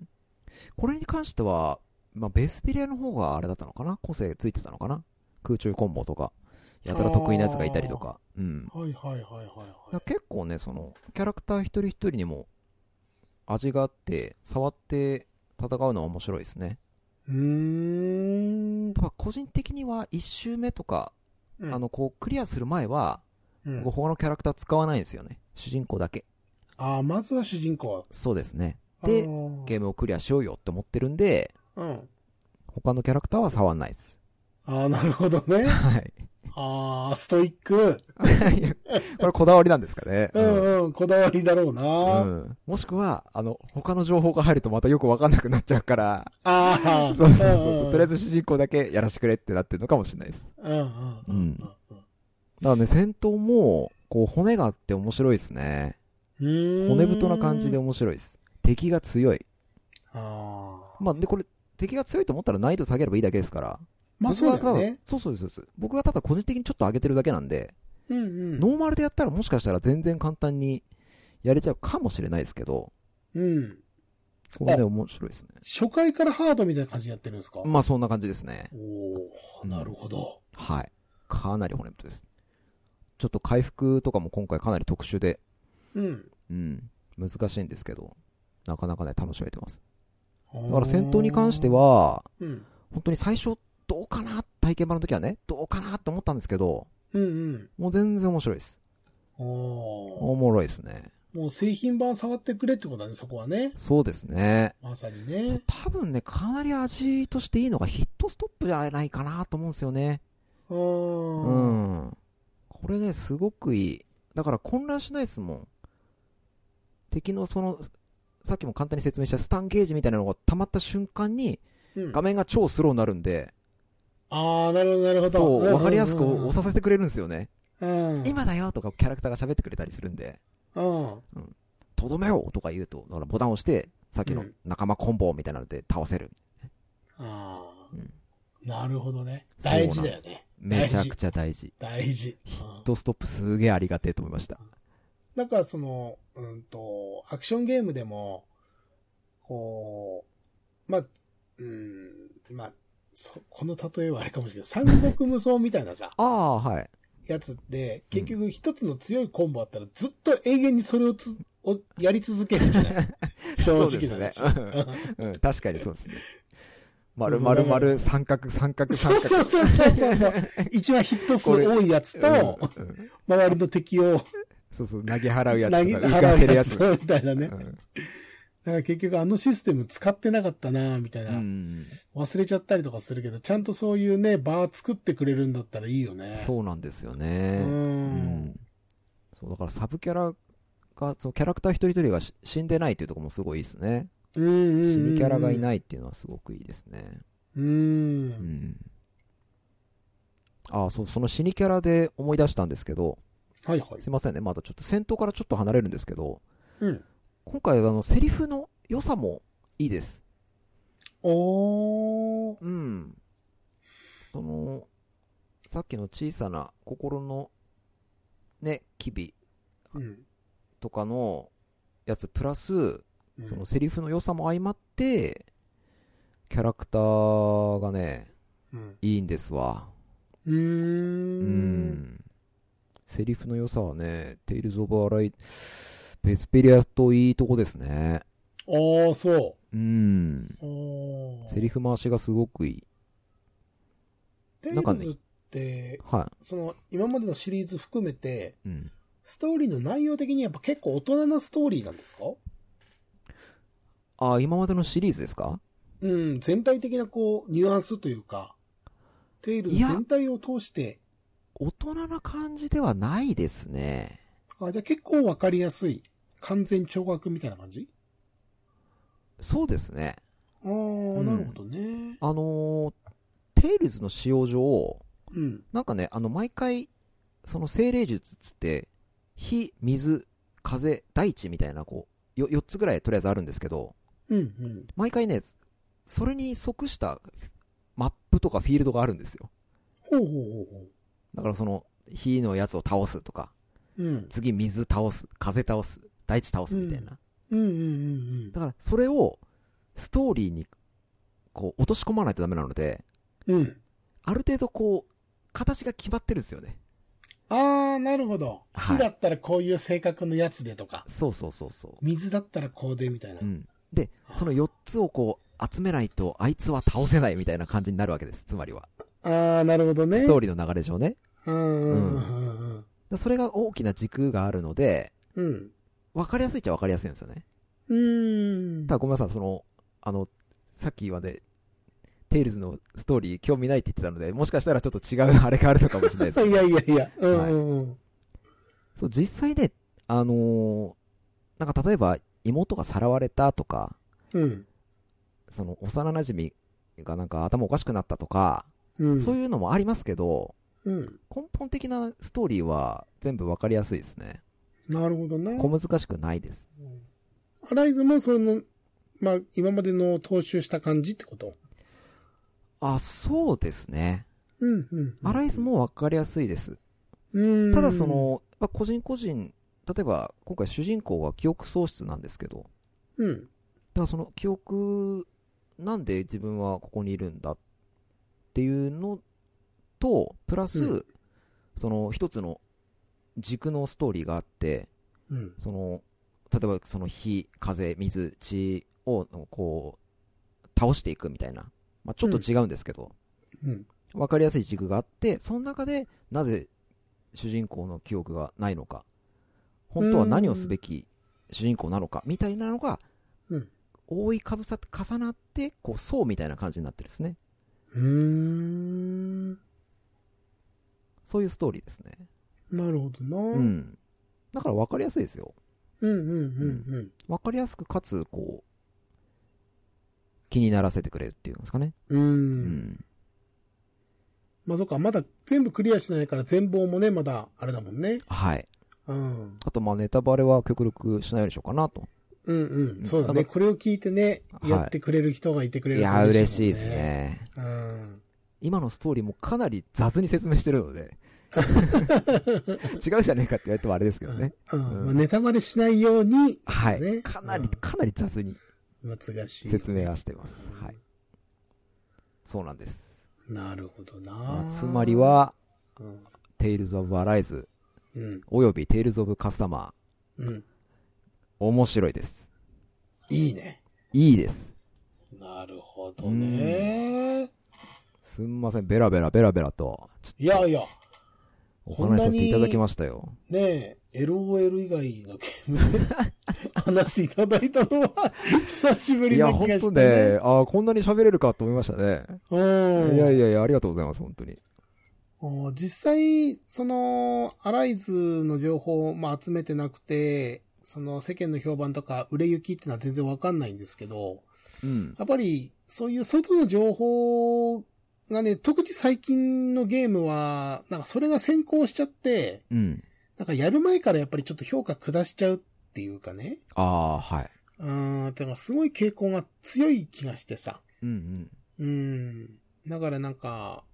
これに関しては、まあ、ベースピレアの方があれだったのかな個性ついてたのかな空中コンボとか、やたら得意なやつがいたりとか。うん。だかはいはいはいはい、はらい。結構ね、その、キャラクター一人一人にも味があって、触って戦うのは面白いですね。うーん。ただ個人的には一周目とか、うんあの、こう、クリアする前は、うん僕他のキャラクター使わないんですよね。主人公だけ。ああ、まずは主人公。そうですね。であーゲームをクリアしようよって思ってるんで、うん。他のキャラクターは触んないです。ああ、なるほどね。 はい。ああ、ストイック。いや これこだわりなんですかね。うんうん、こだわりだろうな。うんもしくは、あの、他の情報が入るとまたよくわかんなくなっちゃうから、あ そあ、うそうそうそう、とりあえず。ず主人公だけやらしてくれってなってるのかもしれないです。うんうんうんうんうん。だからね、戦闘も、こう、骨があって面白いですね。うーん骨太な感じで。面白いです。敵が強い。ああ。まあ、で、これ、敵が強いと思ったら難易度下げればいいだけですから。まあ僕そうがだよね。ただそうそうですそうです。僕がただ個人的にちょっと上げてるだけなんで、うんうん。ノーマルでやったらもしかしたら全然簡単にやれちゃうかもしれないですけど、うん。これね、面白いですね。初回からハードみたいな感じでやってるんですか、まあ、そんな感じですね。おおなるほど。はい。かなり骨太です。ちょっと回復とかも今回かなり特殊で、うん。うん、難しいんですけど、なかなかね、楽しめてます。だから戦闘に関して、は、うん。本当に最初、どうかな体験版の時はね、どうかなって思ったんですけど、うんうん。もう全然面白いです。おーおもろいですね。もう製品版触ってくれってことだね、そこはね。そうですね。まさにね。多分ね、かなり味としていいのがヒットストップじゃないかなと思うんですよね。う。うんうん。ん。これね、すごくいい。だから混乱しないですもん。敵のその、さっきも簡単に説明したスタンゲージみたいなのが溜まった瞬間に、画面が超スローになるんで、ああ、なるほど、なるほど。そんんんう、わかりやすく押させてくれるんですよね。うん。今だよとかキャラクターが喋ってくれたりするんで、うん。とどめよとか言うと、だからボタンを押して、さっきのうん仲間コンボみたいなので倒せる。ああうん。なるほどね。大事だよね。めちゃくちゃ大事。大事。うんヒットストップすげえありがてえと思いました。なんかその、うんと、アクションゲームでも、こう、まあ、うん、まあ、そこの例えはあれかもしれないけど、三国無双みたいなさ、ああ、はい。やつって、結局一つの強いコンボあったらずっと永遠にそれをつ、をやり続けるじゃない正 そう直な話。ですね。うんうん確かにそうですね。丸そう々だから丸三角三角三そう角。そうそうそうそう そう。一番ヒット数多いやつと、うんうん周りの敵をそうそう、投げ払う投げやつとか浮か払せうるややつつ。みたいなね。だうんから結局あのシステム使ってなかったなみたいな。うん忘れちゃったりとかするけど、ちゃんとそういうね、バー作ってくれるんだったらいいよね。そうなんですよう。ね。うんんそう、だからサブキャラが、そのキャラクター一人一人がし死んでないっていうところもすごいいいですね。うんうんうん。。死にキャラがいないいっていうのはすごくいいですね。う。うんん。ああ、そう、その死にキャラで思い出したんですけど、はいはい。すいませんね、まだちょっと戦闘からちょっと離れるんですけど、うん。今回あの、セリフの良さもいいです。おー。うん。その、さっきの小さな心の、ね、機微うん。とかのやつプラス、うんそのセリフの良さも相まって、キャラクターがね、うん。いいんですわ。うー。うんん。セリフの良さはね、テイルズ・オブ・アライ、ベスペリアといいとこですね。おー、そうん。う。おー。セリフ回しがすごくいい。テなんかイねルズって、はその、今までのシリーズ含めて、い。うん。ストーリーの内容的にやっぱ結構大人なストーリーなんですかああ、今までのシリーズですかうん、全体的なこう、ニュアンスというか、テイルズいや全体を通して、大人な感じではないですね。あ、じゃあ結構わかりやすい。完全懲悪みたいな感じそうですね。ああ、んなるほどね。あのーテイルズの使用上、うん。なんかね、あの、毎回、その精霊術っつって、火、水、風、大地みたいな、こう、よ、4つぐらいとりあえずあるんですけど、うん、うん。毎回ね、それに即したマップとかフィールドがあるんですよ。ほうほうほうほだからその、火のやつを倒すとか、う。うん。次水倒す、風倒す、大地倒すみたいな。うんうんうんだから、それを、ストーリーに、こう、落とし込まないとダメなので、うん。うん。ある程度こう、形が決まってるんですよね。ああ、なるほど。はい火だったらこういう性格のやつでとか、そうそうそうそう。水だったらこうでみたいな。うん、でその4つをこう集めないとあいつは倒せないみたいな感じになるわけですつまりは、ああ、なるほどね。ストーリーの流れ上ねうんうんうんうんだそれが大きな軸があるのでうん。うん。分かりやすいっちゃ分かりやすいんですよねうーん。ただごめんなさいそのあのさっきまでテイルズのストーリー興味ないって言ってたのでもしかしたらちょっと違うあれがあるのかもしれないですいやいやいや。うんうんうん。そう実際ねあのーなんか例えば妹がさらわれたとかうん。その幼馴染がなんか頭おかしくなったとか、うん。そうう。いうのもありますけど、うん。根本的なストーリーは全部わかりやすいですね。なるほどね。小難しくないです。アライズもそれの、まあ、今までの踏襲した感じってことあ、そうですね。うんうん。アライズもわかりやすいです。うん。ただそ、の、まあ、個人個人、例えば今回主人公が記憶喪失なんですけど、うん。だからその記憶、なんで自分はここにいるんだっていうのと、プラス、うんその一つの軸のストーリーがあって、うん。その例えばその火、風、水、地をこう倒していくみたいな、まあ、ちょっと違うんですけど、うん。分かりやすい軸があって、その中でなぜ主人公の記憶がないのか、本当は何をすべき主人公なのかみたいなのが、うん覆いかぶさって重なってこう層みたいな感じになってるんですねうーん。そういうストーリーですねなるほどな。う、うんんだから分かりやすいですようん、うん、分かりやすくかつこう気にならせてくれるっていうんですかねうん。う。うんんまあ、そっか、まだ全部クリアしてないから全貌もね、まだ、あれだもんね。はいうん。あとまあネタバレは極力しないようにしようかなとうんうん。そうだただね。これを聞いてね、はいやってくれる人がいてくれいるとや嬉しいもんです。ねうん。今のストーリーもかなり雑に説明してる ので違うじゃねえかって言われてもあれですけどねうん。まあネタバレしないように、はねいかなりうんかなり雑に難しい。説明はしてますはいそうなんですなるほどまなあ。つまり、はうん。 「テイルズ・オブ・アライズうん」。および「テイルズ・オブ・カスタマーうん。」面白いですいいね。いいですなるほどね。すんませんベラベラベラベラとちょっいやいや、とお話しさせていただきましたよねえ、LOL 以外のゲー ムで話していただいたのは、久しぶいりやな気本がし当て、ねね。あーこんなに喋れるかと思いましたねうん。いやいやいやありがとうございます本当にお実際、その、アライズの情報を、まあ、集めてなくて、その世間の評判とか売れ行きってのは全然わかんないんですけど、うんやっぱりそういう外の情報がね、特に最近のゲームは、なんかそれが先行しちゃって、うんなんかやる前からやっぱりちょっと評価下しちゃうっていうかね、ああはいうん、てかすごい傾向が強い気がしてさ。うんうんうん。だからなんか、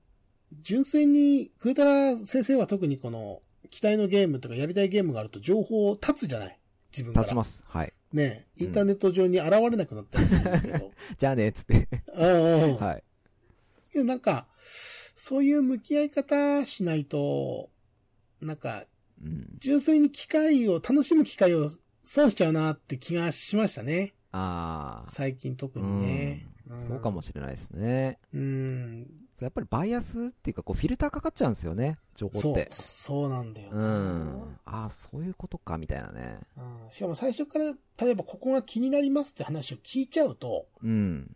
純粋に、クータラ先生は特にこの、期待のゲームとかやりたいゲームがあると情報を立つじゃない自分から。立ちますはいねうイんンターネット上に現れなくなったりするんだけど。 じゃあねっつってうんうん。はいいやなんか、そういう向き合い方しないと、なんか、うん純粋に機会を、楽しむ機会を損しちゃうなって気がしましたね。ああ最近特にね。んそうか。もしれないですね。うん。そうやっぱりバイアスっていうか、こう、フィルターかかっちゃうんですよね、情報って。そう、そうなんだような。ん。ああ、そういうことか、みたいなね。うんしかも最初から、例えばここが気になりますって話を聞いちゃうと、うん。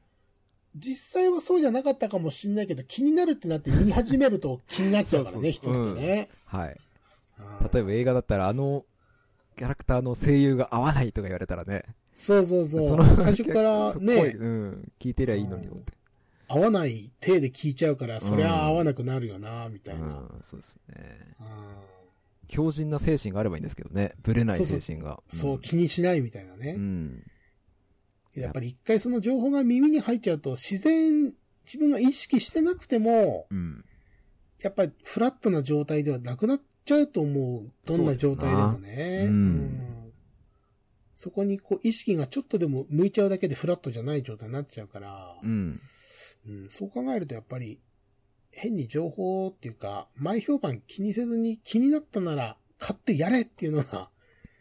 実際はそうじゃなかったかもしれないけど、気になるってなって見始めると気になっちゃうからね、そう人そうそうってね。はい。うん例えば映画だったら、あの、キャラクターの声優が合わないとか言われたらね。そうそうそう。その最初から声ね、うん。聞いてりゃいいのに、うんって。合わない体で聞いちゃうから、そりゃ合わなくなるよな、みうたいな。うんん、そうですね。強靭な精神があればいいんですけどね。ぶれない精神が。そう、ん気にしないみたいなね。うん。やっぱり一回その情報が耳に入っちゃうと、自然、自分が意識してなくても、うん。やっぱりフラットな状態ではなくなっちゃうと思う。どんな状態でもそうでね。すなうんんそこにこう意識がちょっとでも向いちゃうだけでフラットじゃない状態になっちゃうから、うん。うんそう考えるとやっぱり変に情報っていうか、前評判気にせずに気になったなら買ってやれっていうのが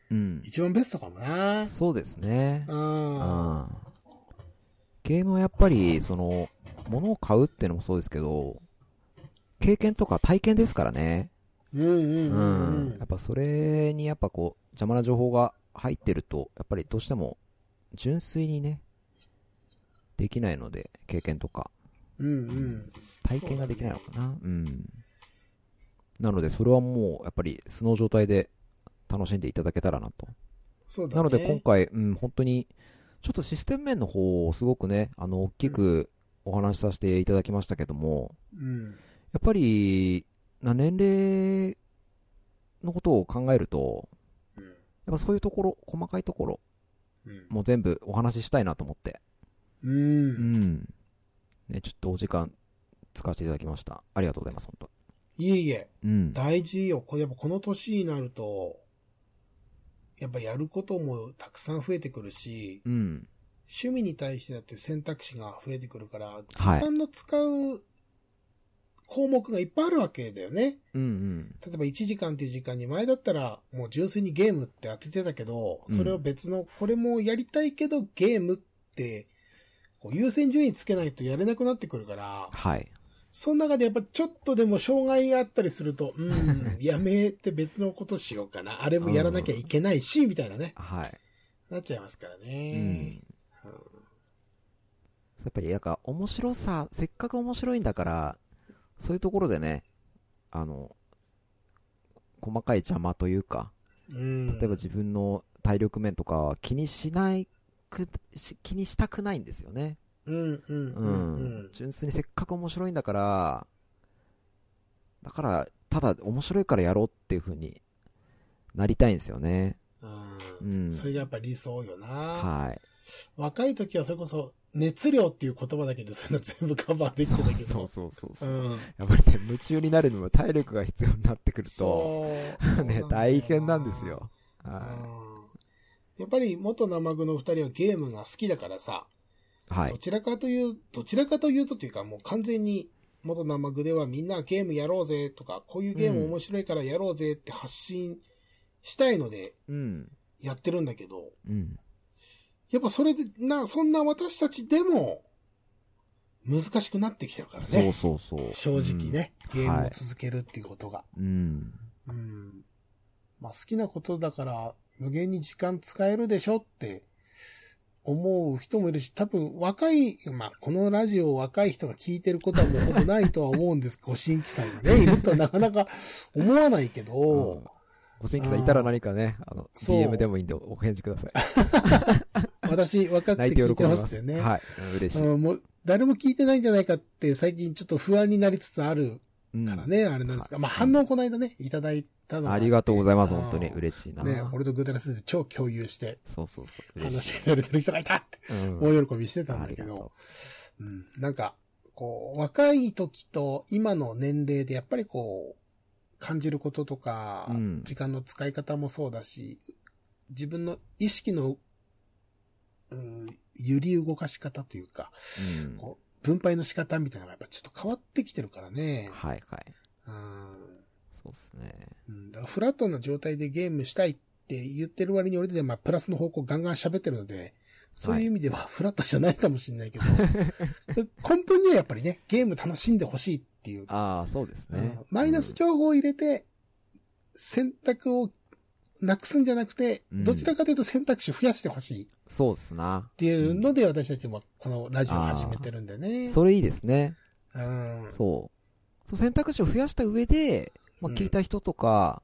うん。一番ベストかもな。そうですね。あうんゲームはやっぱり、その、物を買うってのもそうですけど、経験とか体験ですからね。うんううんうんうんやっ。ぱそれにやっぱこう、邪魔な情報が入ってると、やっぱりどうしても、純粋にね、できないので、経験とか、うんうん。体験ができないのかな。うん。なので、それはもう、やっぱり素の状態で楽しんでいただけたらなと。そうだね。なので今回、うん、本当に、ちょっとシステム面の方をすごくね、あの、大きくお話しさせていただきましたけども、うん。やっぱり、な年齢のことを考えると、うんやっぱそういうところ、細かいところ、うんもう全部お話ししたいなと思って、うんう。ん。ね、ちょっとお時間使わせていただきました。ありがとうございます、本当いえいえ。うん。大事よ。これやっぱこの年になると、やっぱやることもたくさん増えてくるし、うん。趣味に対してだって選択肢が増えてくるから、時はい間の使う項目がいっぱいあるわけだよね。うんうん。例えば1時間っていう時間に前だったらもう純粋にゲームって当ててたけど、それを別の、これもやりたいけどゲームって、こう優先順位つけないとやれなくなってくるから、はい。その中でやっぱちょっとでも障害があったりすると、 うん、やめて別のことしようかな。あれもやらなきゃいけないし、みたいなね。はい。なっちゃいますからうねん。。やっぱり、なんか、面白さ、せっかく面白いんだから、そういうところでね、あの、細かい邪魔というか、うん。例えば自分の体力面とかは気にしないく、し気にしたくないんですよね。うんうんう。うんん純粋にせっかく面白いんだから、だから、ただ面白いからやろうっていう風になりたいんですよね。う。うんん。それがやっぱ理想よな。はい。若い時はそれこそ、熱量っていう言葉だけでそんな全部カバーできてたけど。そうそうそうそう。うん。やっぱりね、夢中になるにも体力が必要になってくると、そう。 ね、大変なんです。よ。はやっぱり元生具の二人はゲームが好きだからさ、い。はどい。ちらかという、どちらかというとというかもう完全に元生具ではみんなゲームやろうぜとか、こういうゲーム面白いからやろうぜって発信したいのでうん。やってるんだけど、うん。やっぱそれで、な、そんな私たちでも難しくなってきてるからそうね。そうそう。正直ね、うんゲームはをい続けるっていうことが。うん。ううん。ん。まあ好きなことだから無限に時間使えるでしょって思う人もいるし、多分若い、まあこのラジオを若い人が聞いてることはもうほぼないとは思うんです。ご新規さんがね、いるとはなかなか思わないけど、ご新規さんいたら何かね、あの、そう DM でもいいんでお返事くださ い。私若く泣いてて聞喜いてびまますす。よね。はい。うん嬉しい。うんもう誰も聞いてないんじゃないかって最近ちょっと不安になりつつあるうんからね、あれなんですが、まあ反応この間ね、いただいたのありがとうございます、うん本当に。嬉しいな。ね、俺とグータラスで超共有して、そうそうそう。嬉話しい。しかけられてる人がいたって、うん大喜びしてたんあだりけがどと、うん、なんか、こう、若い時と今の年齢でやっぱりこう、感じることとか、うん時間の使い方もそうだし、自分の意識の、うん、揺り動かし方というか、う。うん。こう分配の仕方みたいなのがやっぱちょっと変わってきてるからね。はいはい。うんそうですね。うん、だからフラットな状態でゲームしたいって言ってる割に俺でまあプラスの方向ガンガン喋ってるので、そういう意味ではフラットじゃないかもしれ ないけど、根本にはやっぱりね、ゲーム楽しんでほしいっていう、ああ、そうですねうん。マイナス情報を入れて、選択をなくすんじゃなくて、うんどちらかというと選択肢増やしてほしいっうんそうっすな。ていうので、私たちもこのラジオを始めてるんでね。それいいですね。うん。そう。そう、選択肢を増やした上で、まあ、うん聞いた人とか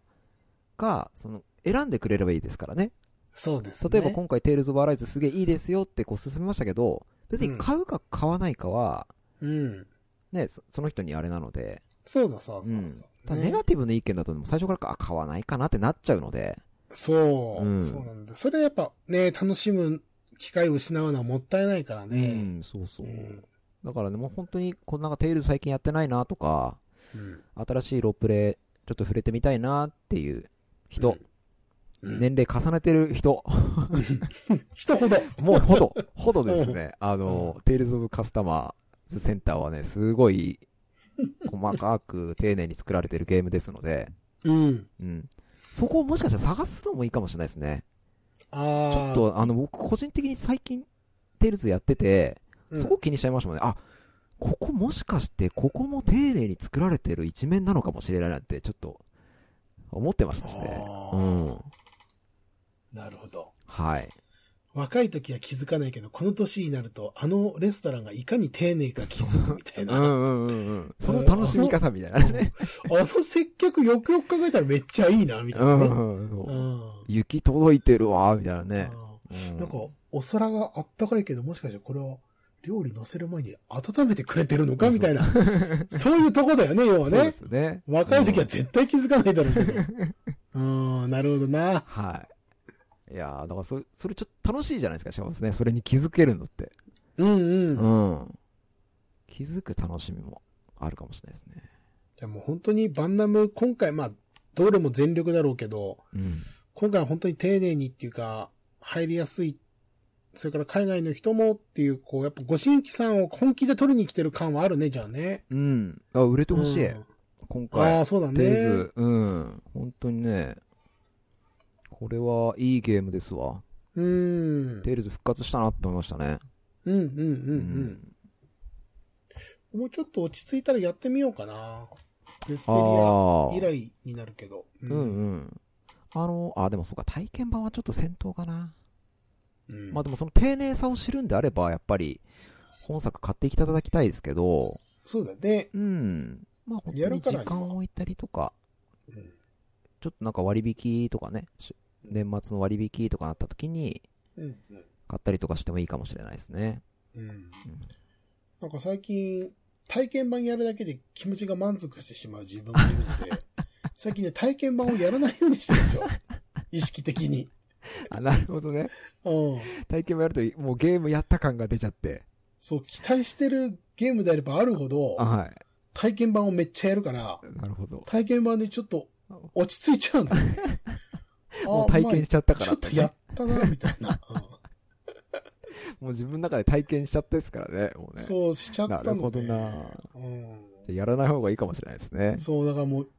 が、その、選んでくれればいいですからね。そうですね。例えば今回、テイルズ・オブ・アライズすげえいいですよってこう勧めましたけど、別うんに買うか買わないかは、うん。ね、そその人にあれなので、そうだそうだそうだうんただネガティブな意見だとでも最初からかあ買わないかなってなっちゃうので、そう、うんそうなんだ。それやっぱね、楽しむ機会を失うのはもったいないからうね。ん、そうそうう。ん。だからね、もう本当に、こんなんかテイルズ最近やってないなとか、うん。新しいロープレイちょっと触れてみたいなっていう人、うん年齢重ねてる人、一言。もうほど、 ほどですね、あの、テイルズ・オブ・カスタマーズ・センターはね、すごい細かく丁寧に作られてるゲームですので、うん。うん。そこをもしかしたら探すのもいいかもしれないですね。ああ。ちょっ、と、あの、僕個人的に最近、テイルズやってて、うん、そこ気にしちゃいましたもんね。あ、ここもしかして、ここも丁寧に作られてる一面なのかもしれないなんて、ちょっと、思ってましたしねあ。ーうん。なるほど。はい。若い時は気づかないけど、この年になると、あのレストランがいかに丁寧か気づくみたいうな。んあうんうんうん。その楽しみ方みたいなね。の接客よくよく考えたらめっちゃいいな、みたいうな、んね。うんううん。ん。雪届いてるわ、みたいなね。うんうなんか、お皿があったかいけど、もしかしてこれは、料理乗せる前に温めてくれてるのかみたいな。そういうとこだよ ね、要はそうでね。すよね。若い時はうん絶対気づかないだろうけど。うん、なるほどな。はい。いやーだからそれ、それちょっと楽しいじゃないですか、幸せね。それに気づけるのって。うんうん。うじん。気づく楽しみもあるかもしれないですね。ゃあもう本当にバンナム、今回、まあ、どれも全力だろうけど、うん。今回は本当に丁寧にっていうか、入りやすい。それから海外の人もっていう、こう、やっぱご新規さんを本気で取りに来てる感はあるね、じゃあね。うん。あ、売れてほしい。うん今あ回。あ、そうだね。テイズ、うん。本当にね、これはいいゲームですわ。うん。テイルズ復活したなって思いましたね。うんうんうんううん。。もうちょっと落ち着いたらやってみようかな。デスペあリアあ。以来になるけど。ううんうん。あの、あ、でもそうか、体験版はちょっと戦闘かな。うんまあでもその丁寧さを知るんであれば、やっぱり、本作買っていただきたいですけど、そうだね。うん。まあ本当に時間を置いたりとか、うんちょっとなんか割引とかね、し年末の割引とかなった時にうん。買ったりとかしてもいいかもしれないですね。うん。なんか最近、体験版やるだけで気持ちが満足してしまう自分もいる ので、最近ね、体験版をやらないようにしてるん ですよ。意識的に。あ、なるほどね。うん。体験もやると、もうゲームやった感が出ちゃって。そう、期待してるゲームであればあるほど、は体験版をめっちゃやるから、い。なるほど。体験版でちょっと落ち着いちゃうんだ ね。あもう体験しちゃったまあかちらょっっとてね、やったな、みたい な。うんもう自分の中で体験しちゃったですからね、もうね。そうしちゃったなので。るほどな。うん。じゃあやらない方がいいかもしれないですね。そう、だからもう、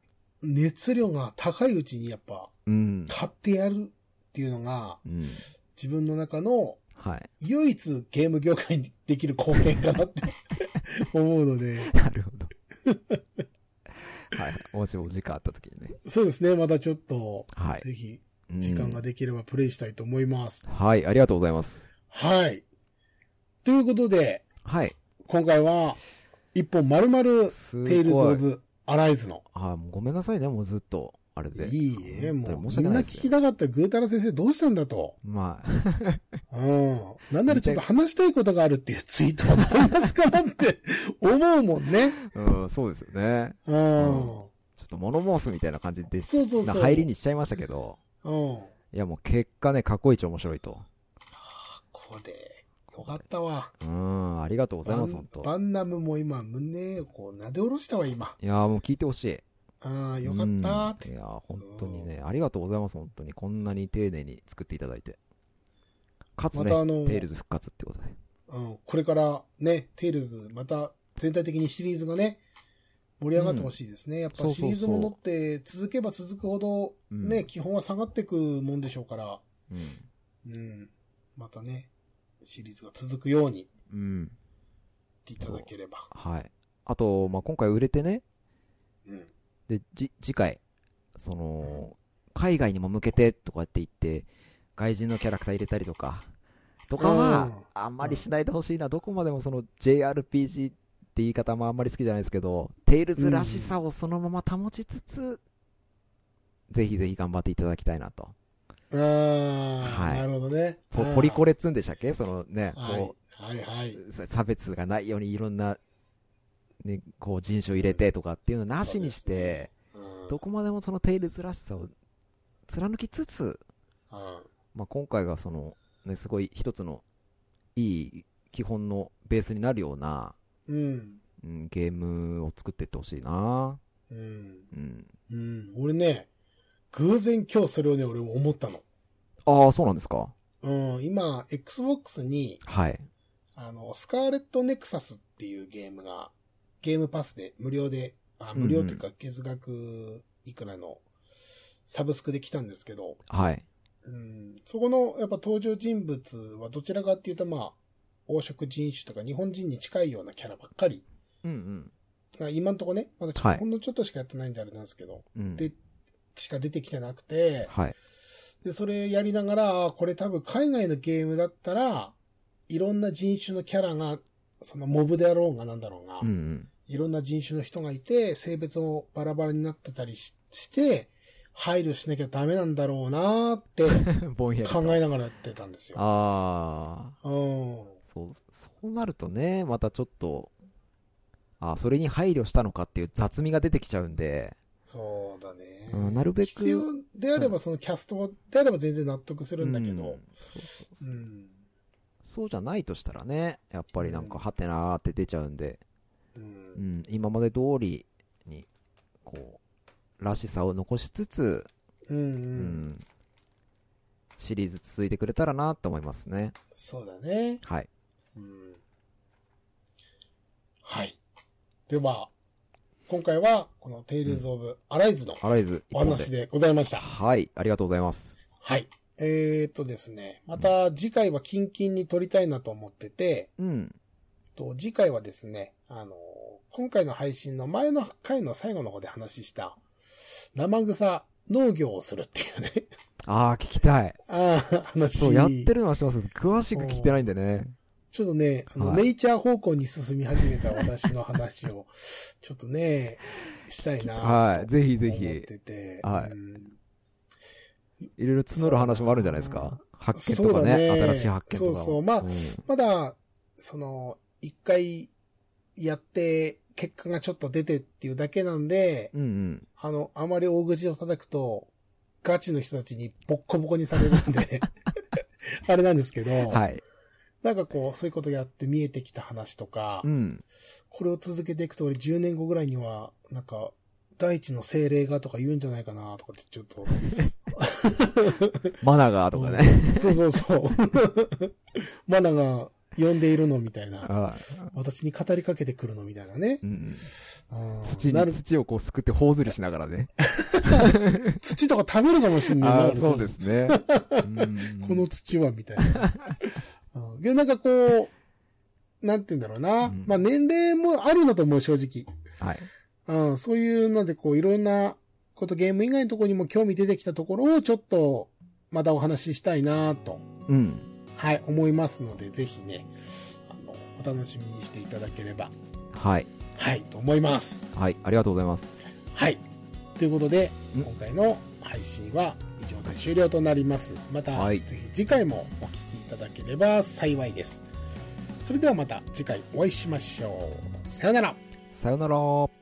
熱量が高いうちにやっぱ、うん。買ってやるっていうのが、うん。自分の中のはい。唯一ゲーム業界にできる貢献かな って思うので、なるほど。はい。もしお時間あった時にね。そうですね、またちょっと、はい。ぜひ、うん時間ができればプレイしたいと思います。はい。ありがとうございます。はい。ということで、はい。今回は、一本丸々、すごテイルズ・オい。ブ・アライズの、あもうごめんなさいね、もうずっと。あれで。いいえ、本当もにう、申しみ訳んなない聞ですきね。たかったぐーたら先生どうしたんだと。まあ、うん。なんならちょっと話したいことがあるっていうツイートはどうますかな って思うもんね。うん、そうですよね。うん。ちょっと物申すみたいな感じで、そうそうそなう。入りにしちゃいましたけど、うん。いやもう結果ね、過去一面白いと。これ、よかったわ。うん、ありがとうございます、バン本当バンナムも今、胸をこう、撫で下ろしたわ、今。いやもう聞いてほしい。ああ、よかったって。うんいや本当にね、ありがとうございます、本当に。こんなに丁寧に作っていただいて。かつまね、たあの、テイルズ復活ってことで。うん、これからね、テイルズ、また全体的にシリーズがね、盛り上がってほしいですね。やっぱそうそうシそうリーズものって続けば続くほど、ね、うん基本は下がってくもんでしょうから、うん。うん。またね、シリーズが続くようにっうん。ていただければ。はい。あと、まあ、今回売れてね、うん。で、じ、次回、その、海外にも向けてとかって言って、外人のキャラクター入れたりとか、とかうんは、あんまりしないでほしいな、どこまでもその JRPG って言い方もあんまり好きじゃないですけど、テイルズらしさをそのまま保ちつつ、ぜひぜひ頑張っていただきたいなと。ああ、はいなるほどね。ポあーポリコレっつうんでしたっけそのね、はいこ。はいはい。う、さ差別がないようにいろんな、ね、こう人種を入れてとかっていうのなしにしそうでて、うんどこまでもそのテイルズらしさを貫きつつ、うんまあ、今回がその、ね、すごい一つのいい基本のベースになるような、うん。うん、ゲームを作っていってほしいな、うん。うん、うん。俺ね、偶然今日それをね、俺も思ったの。ああそうなんですかうん。今、Xbox に、はいあの、スカーレットネクサスっていうゲームが、ゲームパスで無料で、あ無料というか月額いくらのサブスクで来たんですけど、はいうん、そこのやっぱ登場人物はどちらかっていうとまあ、黄色人種とか日本人に近いようなキャラばっかり。うんが今んとこね、まだちょっとはいほんのちょっとしかやってないんであれなんですけど、うんうんでしか出てきてなくて、はいで、それやりながら、あーこれ多分海外のゲームだったら、いろんな人種のキャラが、そのモブであろうがなんだろうが、うんうんいろんな人種の人がいて、性別もバラバラになってたりしして、配慮しなきゃダメなんだろうなーってぼんやり 考とえながらやってたんですよ。ああうん。そうそうなるとねまたちょっとあーそれに配慮したのかっていう雑味が出てきちゃうんで、そうだね。うんなるべく必要であれば、そのキャストであれば全然納得するんだけうど。ん、そうそうそううんそうじゃないとしたらね、やっぱりなんか、ハテナーって出ちゃうんで、う。うんん、今まで通りに、こう、らしさを残しつつ、う。うんん、シリーズ続いてくれたらなって思いますね。そうだね。はい。うんはい。では、今回は、このテイルズ・オブ・アライズのアライズ、お話。でございました。はい、ありがとうございます。はい。えー、っとですね、また次回はキンキンに撮りたいなと思ってて、うん。と次回はですね、あの、今回の配信の前の回の最後の方で話した、生草農業をするっていうね、 ああ、聞きたい。あー話そう、やってるのは知ってますけど詳しく聞きてないんでね。ちょっとね、あの、はいネイチャー方向に進み始めた私の話を、ちょっとね、したいなはい。ぜひとぜ思っひ、てて。はいうんいろいろ募る話もあるんじゃないですか。発見とそかうねだね新しい発見とかも。そうそうまあんまだ、その、一回やって、結果がちょっと出てっていうだけなんで、うんうん。あの、あまり大口を叩くと、ガチの人たちにボッコボコにされるん で、あれなんですけど、はい。なんかこう、そういうことやって見えてきた話とか、うん。これを続けていくと、俺10年後ぐらいには、なんか、大地の精霊がとか言うんじゃないかなとかってちょっと。マナガーとかね。うんそうそう そう。 マナが呼んでいるのみたいな。は私に語りかけてくるのみたいなねい。。うんうんうん土なるに、土をこうすくって頬ずりしながらね。土とか食べるかもしんないなああ、俺そうですね。 この土はみたいな。 うんで、なんかこう、なんて言うんだろうな。うんまあ年齢もあるんだと思う、正直。の、はい。うん、そういうので、こう、いろんなこと、ゲーム以外のところにも興味出てきたところを、ちょっと、またお話ししたいなと、うん。はい、思いますので、ぜひね、あの、お楽しみにしていただければ、はい。はい、と思います。はい。ありがとうございます。はい。ということで、うん今回の配信は以上で終了となります。また、はいぜひ次回もお聞きいただければ幸いです。それではまた次回お会いしましょう。さよなら。さよなら。